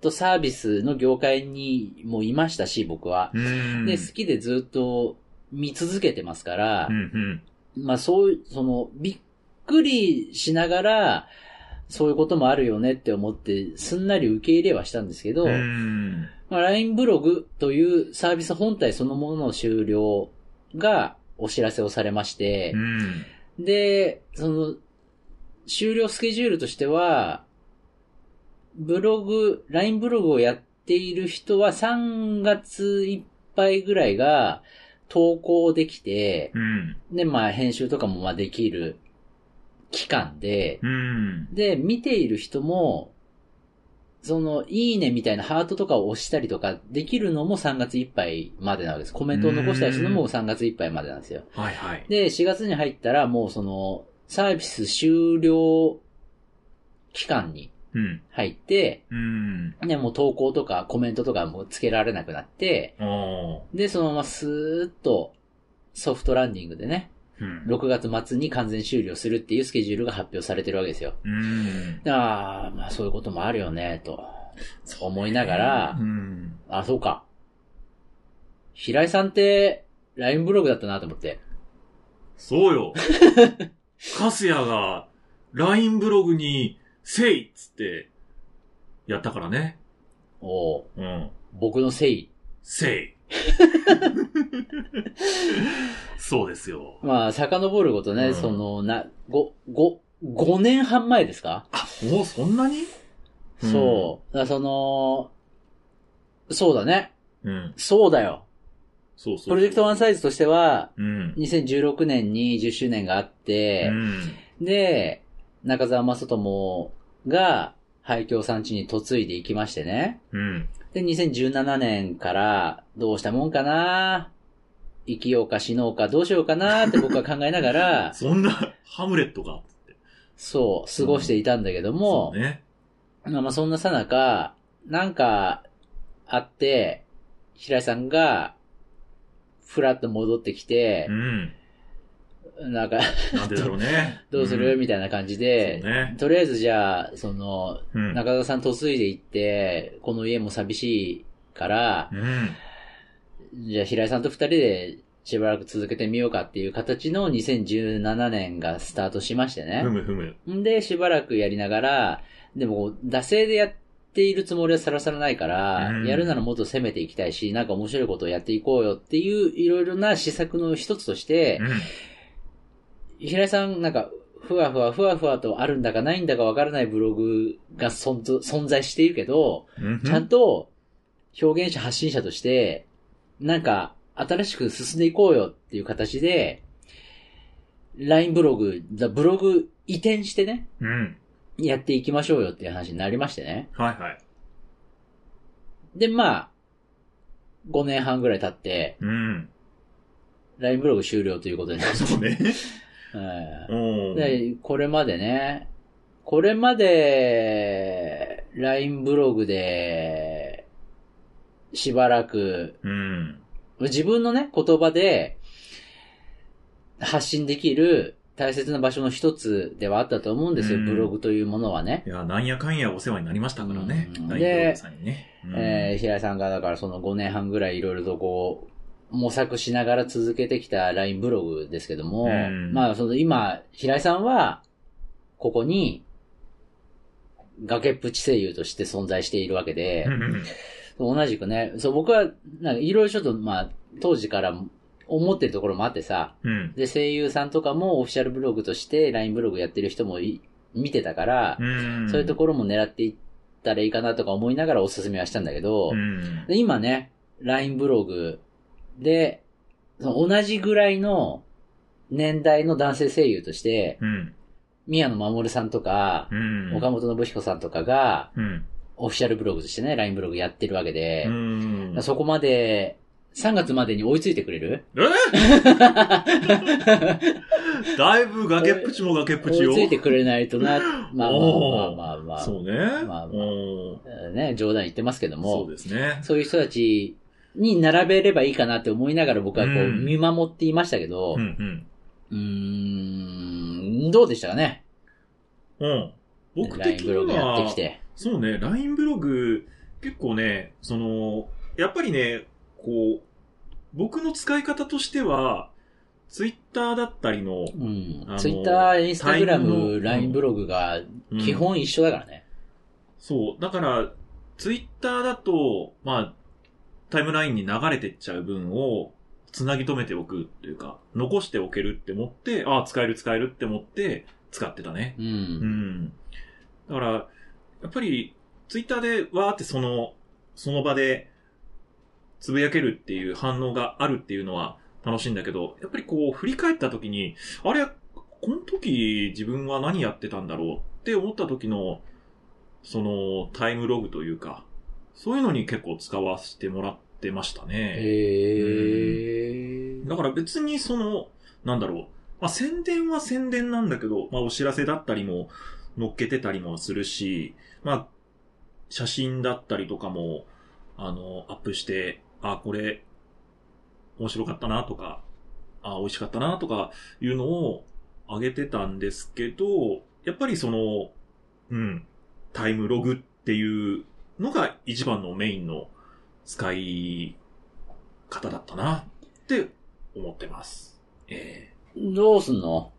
Speaker 2: トサービスの業界にもいましたし、僕は。
Speaker 1: うん。
Speaker 2: で、好きでずっと見続けてますから
Speaker 1: う、ん
Speaker 2: まあそういう、その、びっくりしながら、そういうこともあるよねって思って、すんなり受け入れはしたんですけど、
Speaker 1: うん。うん。
Speaker 2: まあ、LINE ブログというサービス本体そのものの終了がお知らせをされまして
Speaker 1: う、ん。
Speaker 2: で、その、終了スケジュールとしては、ブログ、LINE ブログをやっている人は3月いっぱいぐらいが投稿できて、
Speaker 1: うん。
Speaker 2: で、まあ編集とかもまあできる期間で、
Speaker 1: うん。
Speaker 2: で、見ている人も、その、いいねみたいなハートとかを押したりとかできるのも3月いっぱいまでなわけです。コメントを残したりするのも3月いっぱいまでなんですよ。
Speaker 1: はいはい。
Speaker 2: で、4月に入ったらもうその、サービス終了期間に
Speaker 1: うん。
Speaker 2: 入って、
Speaker 1: うん。
Speaker 2: で、もう投稿とかコメントとかもうつけられなくなって、
Speaker 1: ああ。
Speaker 2: で、そのままスーッとソフトランディングでね、
Speaker 1: うん。
Speaker 2: 6月末に完全終了するっていうスケジュールが発表されてるわけですよ。
Speaker 1: うん。
Speaker 2: ああ、まあそういうこともあるよね、と。思いながら
Speaker 1: う、ん。
Speaker 2: あ、そうか。平井さんって、LINE ブログだったなと思って。
Speaker 1: そう よ。カスヤが、LINE ブログに、せいっつって、やったからね。
Speaker 2: おう
Speaker 1: うん。
Speaker 2: 僕の誠意。
Speaker 1: せい。そうですよ。
Speaker 2: まあ、遡ることね、
Speaker 1: うん
Speaker 2: その、な、ご、ご、5年半前ですか、
Speaker 1: あ、もうそんなにうん
Speaker 2: そう。だからその、そうだね。
Speaker 1: うん。
Speaker 2: そうだよ。
Speaker 1: そうそうそう。
Speaker 2: プロジェクトワンサイズとしては、
Speaker 1: うん。
Speaker 2: 2016年に10周年があって
Speaker 1: う、ん。
Speaker 2: で、中澤正智が、廃墟産地に嫁いでいきましてね。
Speaker 1: うん。
Speaker 2: で、2017年から、どうしたもんかな生きようか死のうかどうしようかなって僕は考えなが ら、
Speaker 1: そんな、ハムレットが。
Speaker 2: そう、過ごしていたんだけども、
Speaker 1: うね。
Speaker 2: まあまあそんなさなか、なんか、あって、平井さんが、ふらっと戻ってきて
Speaker 1: う、ん。
Speaker 2: なんか、
Speaker 1: なんでだろうね
Speaker 2: 。どうするみたいな感じで、
Speaker 1: そうね
Speaker 2: とりあえずじゃあ、その、
Speaker 1: たいな。
Speaker 2: 中田さん嫁いで行って、この家も寂しいから
Speaker 1: う、ん。
Speaker 2: じゃあ平井さんと二人でしばらく続けてみようかっていう形の2017年がスタートしまして
Speaker 1: うん。
Speaker 2: ね
Speaker 1: ふ。むふむ。
Speaker 2: んで、しばらくやりながら、でも、惰性でやっているつもりはさらさらないから、
Speaker 1: うん
Speaker 2: やるならもっと攻めていきたいし、なんか面白いことをやっていこうよっていう、いろいろな施策の一つとして
Speaker 1: う、ん。
Speaker 2: 平井さん、なんか、ふわふわふわふわとあるんだかないんだかわからないブログが存ぞ存在しているけど、
Speaker 1: うん
Speaker 2: ちゃんと表現者発信者として、なんか新しく進んでいこうよっていう形で、 LINE ブログ、だブログ移転してね、
Speaker 1: うん。
Speaker 2: やっていきましょうよっていう話になりましてね。
Speaker 1: はいはい。
Speaker 2: で、まあ、5年半ぐらい経って、
Speaker 1: うん。
Speaker 2: LINE ブログ終了ということになりまし
Speaker 1: そうね。
Speaker 2: た。はい
Speaker 1: おー。
Speaker 2: で、これまでね、これまで、LINE ブログで、しばらく、
Speaker 1: うん。
Speaker 2: 自分のね、言葉で発信できる大切な場所の一つではあったと思うんですよ、
Speaker 1: うん
Speaker 2: ブログというものはね。
Speaker 1: いや、なんやかんやお世話になりましたからね。
Speaker 2: うん
Speaker 1: 大丈夫さんにね。うん
Speaker 2: えー平井さんがだからその5年半ぐらいいろいろとこう、模索しながら続けてきた LINE ブログですけども、
Speaker 1: うん
Speaker 2: まあその今、平井さんは、ここに、崖っぷち声優として存在しているわけで、
Speaker 1: うんうん
Speaker 2: 同じくね、そう僕は、なんかいろいろちょっとまあ、当時から思ってるところもあってさ、
Speaker 1: うん。
Speaker 2: で、声優さんとかもオフィシャルブログとして LINE ブログやってる人もい見てたから、
Speaker 1: うん。
Speaker 2: そういうところも狙っていったらいいかなとか思いながらおすすめはしたんだけど、
Speaker 1: うん。
Speaker 2: で今ね、LINE ブログで、その同じぐらいの年代の男性声優として、
Speaker 1: うん。
Speaker 2: 宮野真守さんとか、
Speaker 1: うん。
Speaker 2: 岡本信彦さんとかが、
Speaker 1: うん。
Speaker 2: オフィシャルブログとしてね、LINE ブログやってるわけで
Speaker 1: う、ん。
Speaker 2: そこまで、3月までに追いついてくれる
Speaker 1: えーだいぶ崖っぷちも崖っぷ
Speaker 2: 追
Speaker 1: ちよ
Speaker 2: いつ。いてくれない とな、まあまあ
Speaker 1: おー
Speaker 2: まあまあまあ。
Speaker 1: そうね。
Speaker 2: まあまあ
Speaker 1: うん
Speaker 2: ね、冗談言ってますけど
Speaker 1: そ
Speaker 2: も
Speaker 1: う、ですね。
Speaker 2: そういう人たちに並べればいいかなって思いながら僕はこ
Speaker 1: う
Speaker 2: うん見守っていましたけど、
Speaker 1: う
Speaker 2: うんーん、どうでしたかね
Speaker 1: うん。うん。僕
Speaker 2: LINE
Speaker 1: 的に
Speaker 2: ブログやってき
Speaker 1: は、
Speaker 2: て。
Speaker 1: そうね、LINE ブログ、結構ね、その、やっぱりね、こう、僕の使い方としては、ツイッターだったりの、
Speaker 2: うん
Speaker 1: あ。の
Speaker 2: ツイッター、インスタグラ
Speaker 1: タイムの
Speaker 2: ム、LINE ブログが
Speaker 1: うん
Speaker 2: 基本一緒だからね。
Speaker 1: そう。だから、ツイッターだと、まあ、タイムラインに流れてっちゃう分を、つなぎ止めておくっていうか、残しておけるって思って、ああ、使える使えるって思って、使ってたね。
Speaker 2: う。
Speaker 1: うんん。だから、やっぱり、ツイッターでわーってその、その場で、つぶやけるっていう反応があるっていうのは楽しいんだけど、やっぱりこう、振り返った時に、あれ、この時自分は何やってたんだろうって思った時の、その、タイムログというか、そういうのに結構使わせてもらってましたね。
Speaker 2: へー。
Speaker 1: だから別にその、なんだろう。まあ、宣伝は宣伝なんだけど、まあ、お知らせだったりも乗っけてたりもするし、まあ、写真だったりとかも、あの、アップして、あ、これ、面白かったなとか、あ、美味しかったなとかいうのを上げてたんですけど、やっぱりその、うん、タイムログっていうのが一番のメインの使い方だったなって思ってます。え
Speaker 2: どうすんの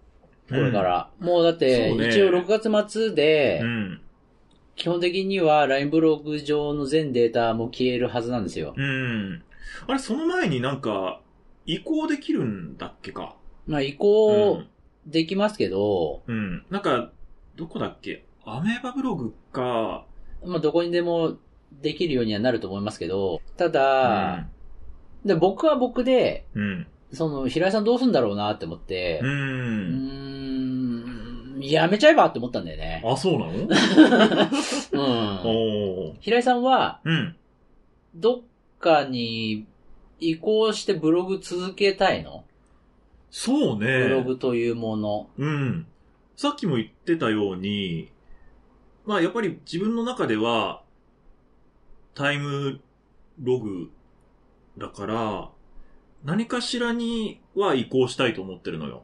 Speaker 1: え
Speaker 2: これか。ら。もうだって、
Speaker 1: そうね
Speaker 2: 一応6月末で
Speaker 1: う、ん。
Speaker 2: 基本的には LINE ブログ上の全データも消えるはずなんですよ。
Speaker 1: うん。あれ、その前になんか、移行できるんだっけか。
Speaker 2: まあ移行できますけど、
Speaker 1: うん。うん。なんか、どこだっけアメーバブログか、
Speaker 2: まあどこにでもできるようにはなると思いますけど、ただ、で僕は僕で、
Speaker 1: うん。
Speaker 2: その平井さんどうすんだろうなって思って
Speaker 1: う、。
Speaker 2: うんーん、やめちゃえばって思ったんだよね。
Speaker 1: あ、そうなの
Speaker 2: うん。
Speaker 1: おー。
Speaker 2: 平井さんは、
Speaker 1: うん。
Speaker 2: どっかに移行してブログ続けたいの
Speaker 1: そうね。
Speaker 2: ブログというもの。
Speaker 1: うん。さっきも言ってたように、まあやっぱり自分の中では、タイムログだから、何かしらには移行したいと思ってるのよ。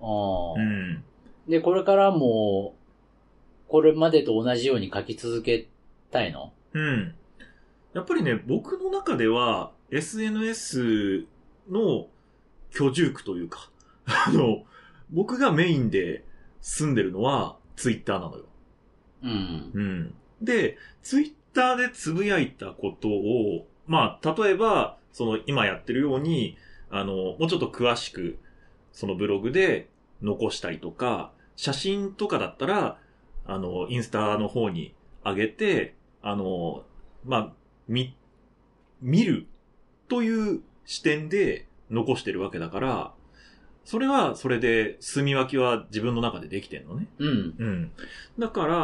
Speaker 2: あ
Speaker 1: う
Speaker 2: あ
Speaker 1: ん。
Speaker 2: で、これからも、これまでと同じように書き続けたいの
Speaker 1: うん。やっぱりね、僕の中では SNS の居住区というか、あの、僕がメインで住んでるのは Twitter なのよ。
Speaker 2: うん。
Speaker 1: うん。で、ツイッターでつぶやいたことを、まあ、例えば、その今やってるように、あの、もうちょっと詳しく、そのブログで残したりとか、写真とかだったら、あの、インスタの方に上げて、あの、まあ、み、見るという視点で残してるわけだから、それはそれで、住み分けは自分の中でできてんのね。
Speaker 2: うん。
Speaker 1: うん。だから、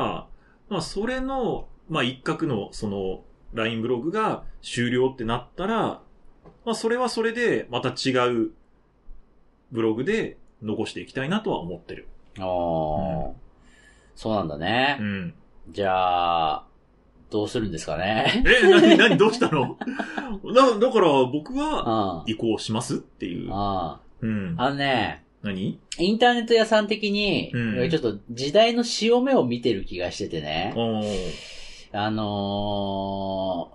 Speaker 1: まあ、それの、まあ、一角の、その、LINE ブログが終了ってなったら、まあ、それはそれで、また違うブログで残していきたいなとは思ってる。
Speaker 2: ああ、そうなんだね
Speaker 1: う。ん。
Speaker 2: じゃあ、どうするんですか ね。
Speaker 1: え、なに、なに、どうしたの だだから、僕
Speaker 2: うん。
Speaker 1: は、
Speaker 2: あ
Speaker 1: 移行しますっていう。
Speaker 2: あ。
Speaker 1: うん。
Speaker 2: あのね、
Speaker 1: 何
Speaker 2: インターネット屋さん的に、
Speaker 1: うん
Speaker 2: ちょっと時代の潮目を見てる気がしててね。
Speaker 1: おー
Speaker 2: あの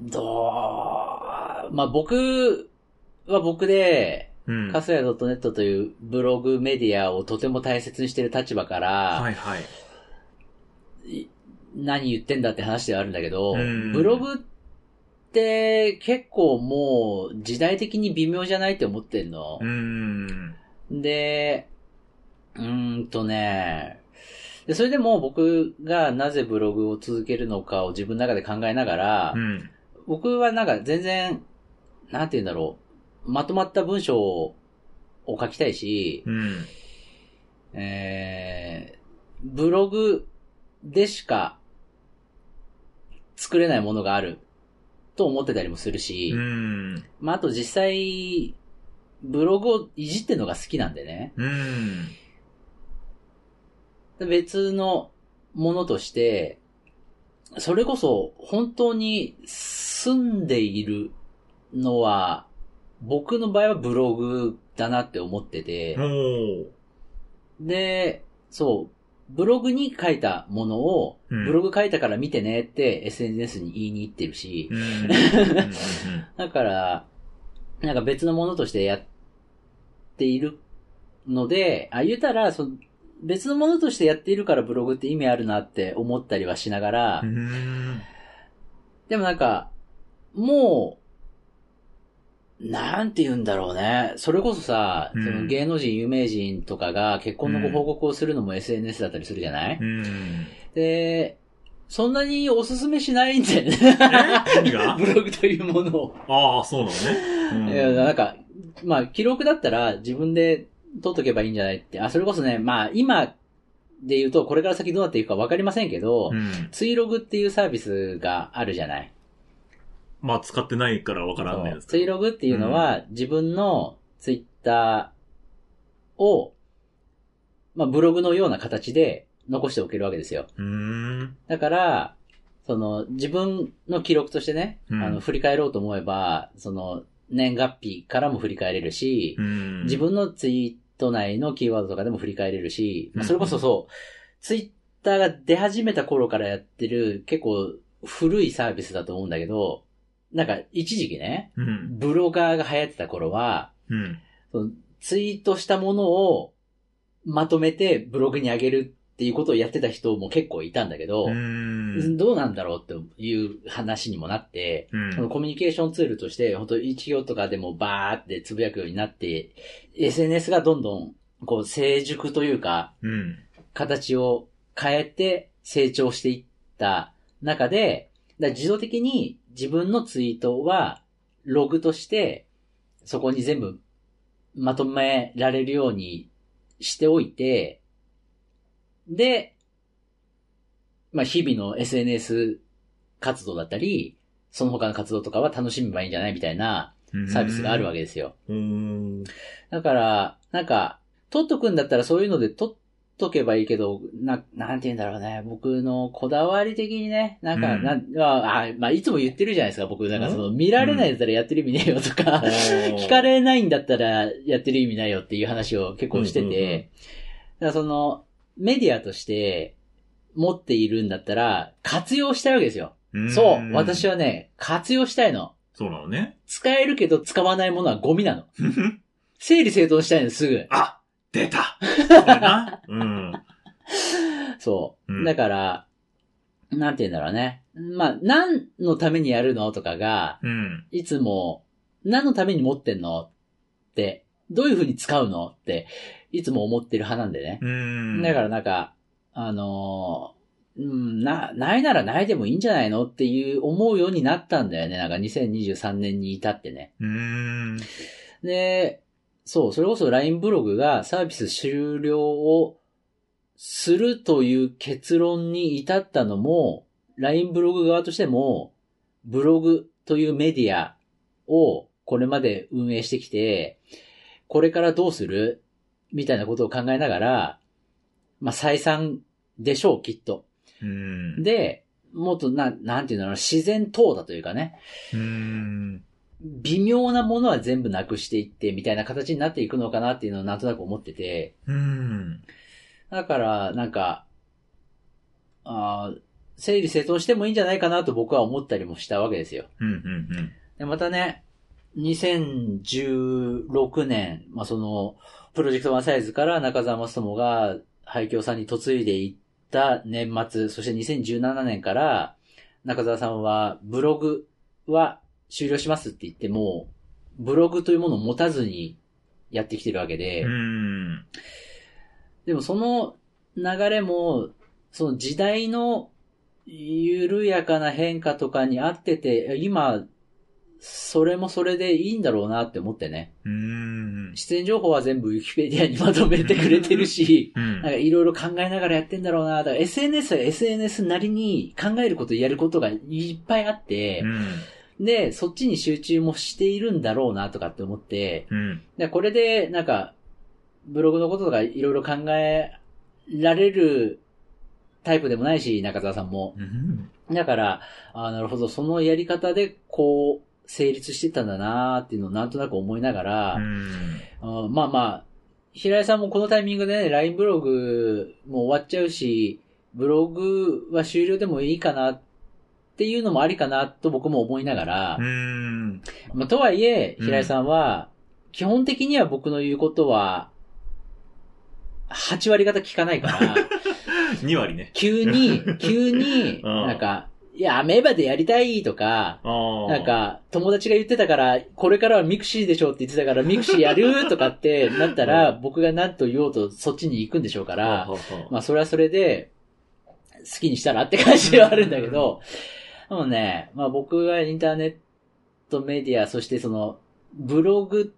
Speaker 2: ー、どう、まあ、僕は僕で、
Speaker 1: うん。
Speaker 2: かすや .net というブログメディアをとても大切にしてる立場から、
Speaker 1: はいはい。
Speaker 2: い何言ってんだって話ではあるんだけど、
Speaker 1: うん
Speaker 2: ブログって結構もう時代的に微妙じゃないって思ってんの
Speaker 1: うー。ん。
Speaker 2: で、うーんとね、でそれでも僕がなぜブログを続けるのかを自分の中で考えながら、
Speaker 1: うん。
Speaker 2: 僕はなんか全然、なんて言うんだろう、まとまった文章を書きたいし、
Speaker 1: うん。
Speaker 2: えーブログでしか作れないものがあると思ってたりもするし、
Speaker 1: うん。
Speaker 2: まあ、あと実際、ブログをいじってるのが好きなんでね、
Speaker 1: うん。
Speaker 2: 別のものとして、それこそ本当に住んでいるのは、僕の場合はブログだなって思ってて、
Speaker 1: おー
Speaker 2: で、そう、ブログに書いたものを、
Speaker 1: うん
Speaker 2: ブログ書いたから見てねって SNS に言いに行ってるし
Speaker 1: う、ん。うん
Speaker 2: だから、なんか別のものとしてやっているので、あ、言うたら、その別のものとしてやっているからブログって意味あるなって思ったりはしながら、
Speaker 1: うんうん。
Speaker 2: でもなんか、もう、なんて言うんだろうね。それこそさ、
Speaker 1: うん
Speaker 2: その芸能人、有名人とかが結婚のご報告をするのも SNS だったりするじゃない、
Speaker 1: うんうん。
Speaker 2: で、そんなにおすすめしないんだよね。
Speaker 1: え何が
Speaker 2: ブログというものを。
Speaker 1: ああ、そうなのね。
Speaker 2: いや、な
Speaker 1: か、
Speaker 2: んか、まあ、記録だったら自分で取っとけばいいんじゃないって。あ、それこそね、まあ、今で言うと、これから先どうなっていくかわかりませんけど、
Speaker 1: うん。
Speaker 2: ツイログっていうサービスがあるじゃない。
Speaker 1: まあ、使ってないからわからんねんです
Speaker 2: ツ
Speaker 1: け
Speaker 2: イ
Speaker 1: ど。
Speaker 2: ログっていうのは、自分のツイッターを、まあ、ブログのような形で残しておけるわけですよ。
Speaker 1: うーん。
Speaker 2: だから、その、自分の記録としてね、
Speaker 1: うん
Speaker 2: あの、振り返ろうと思えば、その、年月日からも振り返れるし、
Speaker 1: うん。
Speaker 2: 自分のツイート内のキーワードとかでも振り返れるし、まあ
Speaker 1: うん
Speaker 2: それこそそう、ツイッターが出始めた頃からやってる、結構古いサービスだと思うんだけど、なんか、一時期ね、
Speaker 1: うん。
Speaker 2: ブロガーが流行ってた頃は、
Speaker 1: うん。
Speaker 2: そのツイートしたものをまとめてブログに上げるっていうことをやってた人も結構いたんだけど、
Speaker 1: うん。
Speaker 2: どうなんだろうっていう話にもなって、
Speaker 1: うん
Speaker 2: そのコミュニケーションツールとして、本当一行とかでもバーってつぶやくようになって、SNS がどんどん、こう、成熟というか、
Speaker 1: うん。
Speaker 2: 形を変えて成長していった中で、だから自動的に自分のツイートは、ログとして、そこに全部まとめられるようにしておいて、で、まあ日々の SNS 活動だったり、その他の活動とかは楽しめばいいんじゃないみたいな
Speaker 1: うん。
Speaker 2: サービスがあるわ
Speaker 1: け。
Speaker 2: けですよ。
Speaker 1: うん。
Speaker 2: だから、なんか、取っとくんだったらそういうので取っとけばいいけど、な、なんて言うんだろうね。僕のこだわり的にね、なんか、
Speaker 1: うん
Speaker 2: なん、あ、あまあ、いつも言ってるじゃないですか、僕。なんかその、見られないんだったらやってる意味ねえよとか、 聞
Speaker 1: 聞
Speaker 2: かれないんだったらやってる意味ないよっていう話を結構してて、
Speaker 1: うんうんうん
Speaker 2: だからその、メディアとして持っているんだったら、活用したいわけですよ。そう、私
Speaker 1: は。
Speaker 2: はね、活用したいの。
Speaker 1: そうなのね。
Speaker 2: 使えるけど使わないものはゴミなの。整理整頓したいの、すぐ。
Speaker 1: あ出たそれな。うん。
Speaker 2: そう。
Speaker 1: うん
Speaker 2: だから、なんて言うんだろうね。まあ、何のためにやるのとかが、
Speaker 1: うん。
Speaker 2: いつも、何のために持ってんのって、どういう風に使うのって、いつも思ってる派なんでね。
Speaker 1: うん。
Speaker 2: だからなんか、あのーうん、な、ないならないでもいいんじゃないのっていう思うようになったんだよね。なんか2023年に至ってね。
Speaker 1: うーん。
Speaker 2: で、そう、それこそ LINE ブログがサービス終了をするという結論に至ったのも、LINE ブログ側としても、ブログというメディアをこれまで運営してきて、これからどうするみたいなことを考えながら、まあ、再三でしょう、きっと。
Speaker 1: うん。
Speaker 2: で、もっとな、なんていうのかな自然淘汰というかね。
Speaker 1: うん。
Speaker 2: 微妙なものは全部なくしていって、みたいな形になっていくのかなっていうのをなんとなく思ってて。
Speaker 1: うん。
Speaker 2: だから、なんか、あー整理整頓してもいいんじゃないかなと僕は思ったりもしたわけですよ。
Speaker 1: うん。うん。
Speaker 2: で、またね、2016年、まあ、その、プロジェクトワンサイズから中澤正友が廃墟さんに嫁いでいった年末、そして2017年から、中澤さんはブログは終了しますって言っても、ブログというものを持たずにやってきてるわけで、
Speaker 1: うん。
Speaker 2: でもその流れも、その時代の緩やかな変化とかに合ってて、今、それもそれでいいんだろうなって思ってね。
Speaker 1: うん。
Speaker 2: 出演情報は全部ウィキペディアにまとめてくれてるし、
Speaker 1: うん
Speaker 2: なんかいろいろ考えながらやってんだろうな。だから SNS は SNS なりに考えることやることがいっぱいあって
Speaker 1: う、ん。
Speaker 2: で、そっちに集中もしているんだろうなとかって思って、
Speaker 1: うん。
Speaker 2: で、これで、なんか、ブログのこととかいろいろ考えられるタイプでもないし、中澤さんも。
Speaker 1: うん。
Speaker 2: だから、あーなるほど、そのやり方で、こう、成立してたんだなーっていうのをなんとなく思いながら、あーまあまあ、平井さんもこのタイミングでね、LINE ブログも終わっちゃうし、ブログは終了でもいいかなっていうのもありかなと僕も思いながら、
Speaker 1: うん。
Speaker 2: まあ、とはいえ、
Speaker 1: うん
Speaker 2: 平井さんは、基本的には僕の言うことは、8割方聞かないから、
Speaker 1: 2割ね。
Speaker 2: 急に、急に、
Speaker 1: うん
Speaker 2: なんか、いや、アメーバでやりたいとか、
Speaker 1: ああ。
Speaker 2: なん、か、友達が言ってたから、これからはミクシーでしょって言ってたから、ミクシーやるとかってなったら、僕が何と言おうとそっちに行くんでしょうから、まあそれはそれで、好きにしたらって感じはあるんだけど、でもね、まあ僕はインターネットメディア、そしてその、ブログ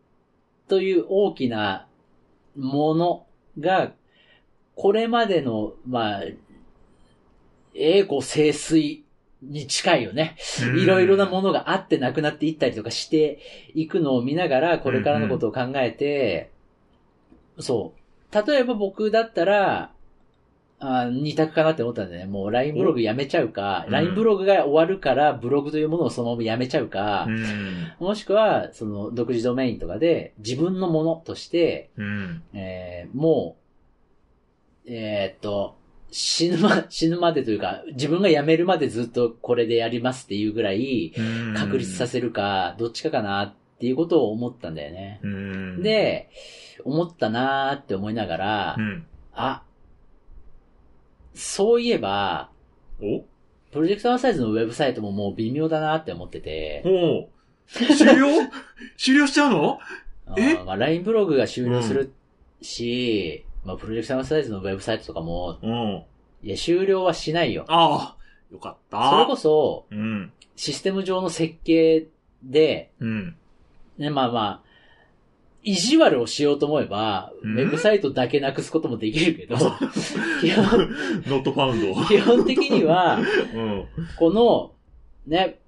Speaker 2: という大きなものが、これまでの、まあ、栄枯盛衰に近いよね。いろいろなものがあってなくなっていったりとかしていくのを見ながら、これからのことを考えて、そう。例えば僕だったら、あ二択かなって思ったんだよね。もう LINE ブログやめちゃうか、
Speaker 1: うん
Speaker 2: LINE ブログが終わるから、ブログというものをそのままやめちゃうか
Speaker 1: う、ん。
Speaker 2: もしくは、その、独自ドメインとかで、自分のものとして、
Speaker 1: うん。
Speaker 2: えーもう、えーっと、死ぬま、死ぬまでというか、自分が辞めるまでずっとこれでやりますっていうぐらい、
Speaker 1: うん。
Speaker 2: 確立さ
Speaker 1: せ、
Speaker 2: せるか、どっちかかなっていうことを思ったんだよね。
Speaker 1: うん。、
Speaker 2: で、思ったなーって思いながら
Speaker 1: う、ん。
Speaker 2: あ、そういえば、
Speaker 1: お
Speaker 2: プロジェクトアンサイズのウェブサイトももう微妙だなって思ってて、
Speaker 1: おう。終了終了しちゃうの
Speaker 2: あ
Speaker 1: え
Speaker 2: ーまあ、LINE ブログが終了するし、まあ、プロジェクトアンサイズのウェブサイトとかも、
Speaker 1: うん。
Speaker 2: いや、終了はしないよ。
Speaker 1: ああ。よかった。
Speaker 2: それこそ、
Speaker 1: うん。
Speaker 2: システム上の設計で、
Speaker 1: うん。
Speaker 2: ね、まあまあ、意地悪をしようと思えば、ウ
Speaker 1: うん
Speaker 2: ェブサイトだけなくすこともできるけど、 基本
Speaker 1: ノットパウンド。
Speaker 2: 基本的には、
Speaker 1: うん。
Speaker 2: この、ね、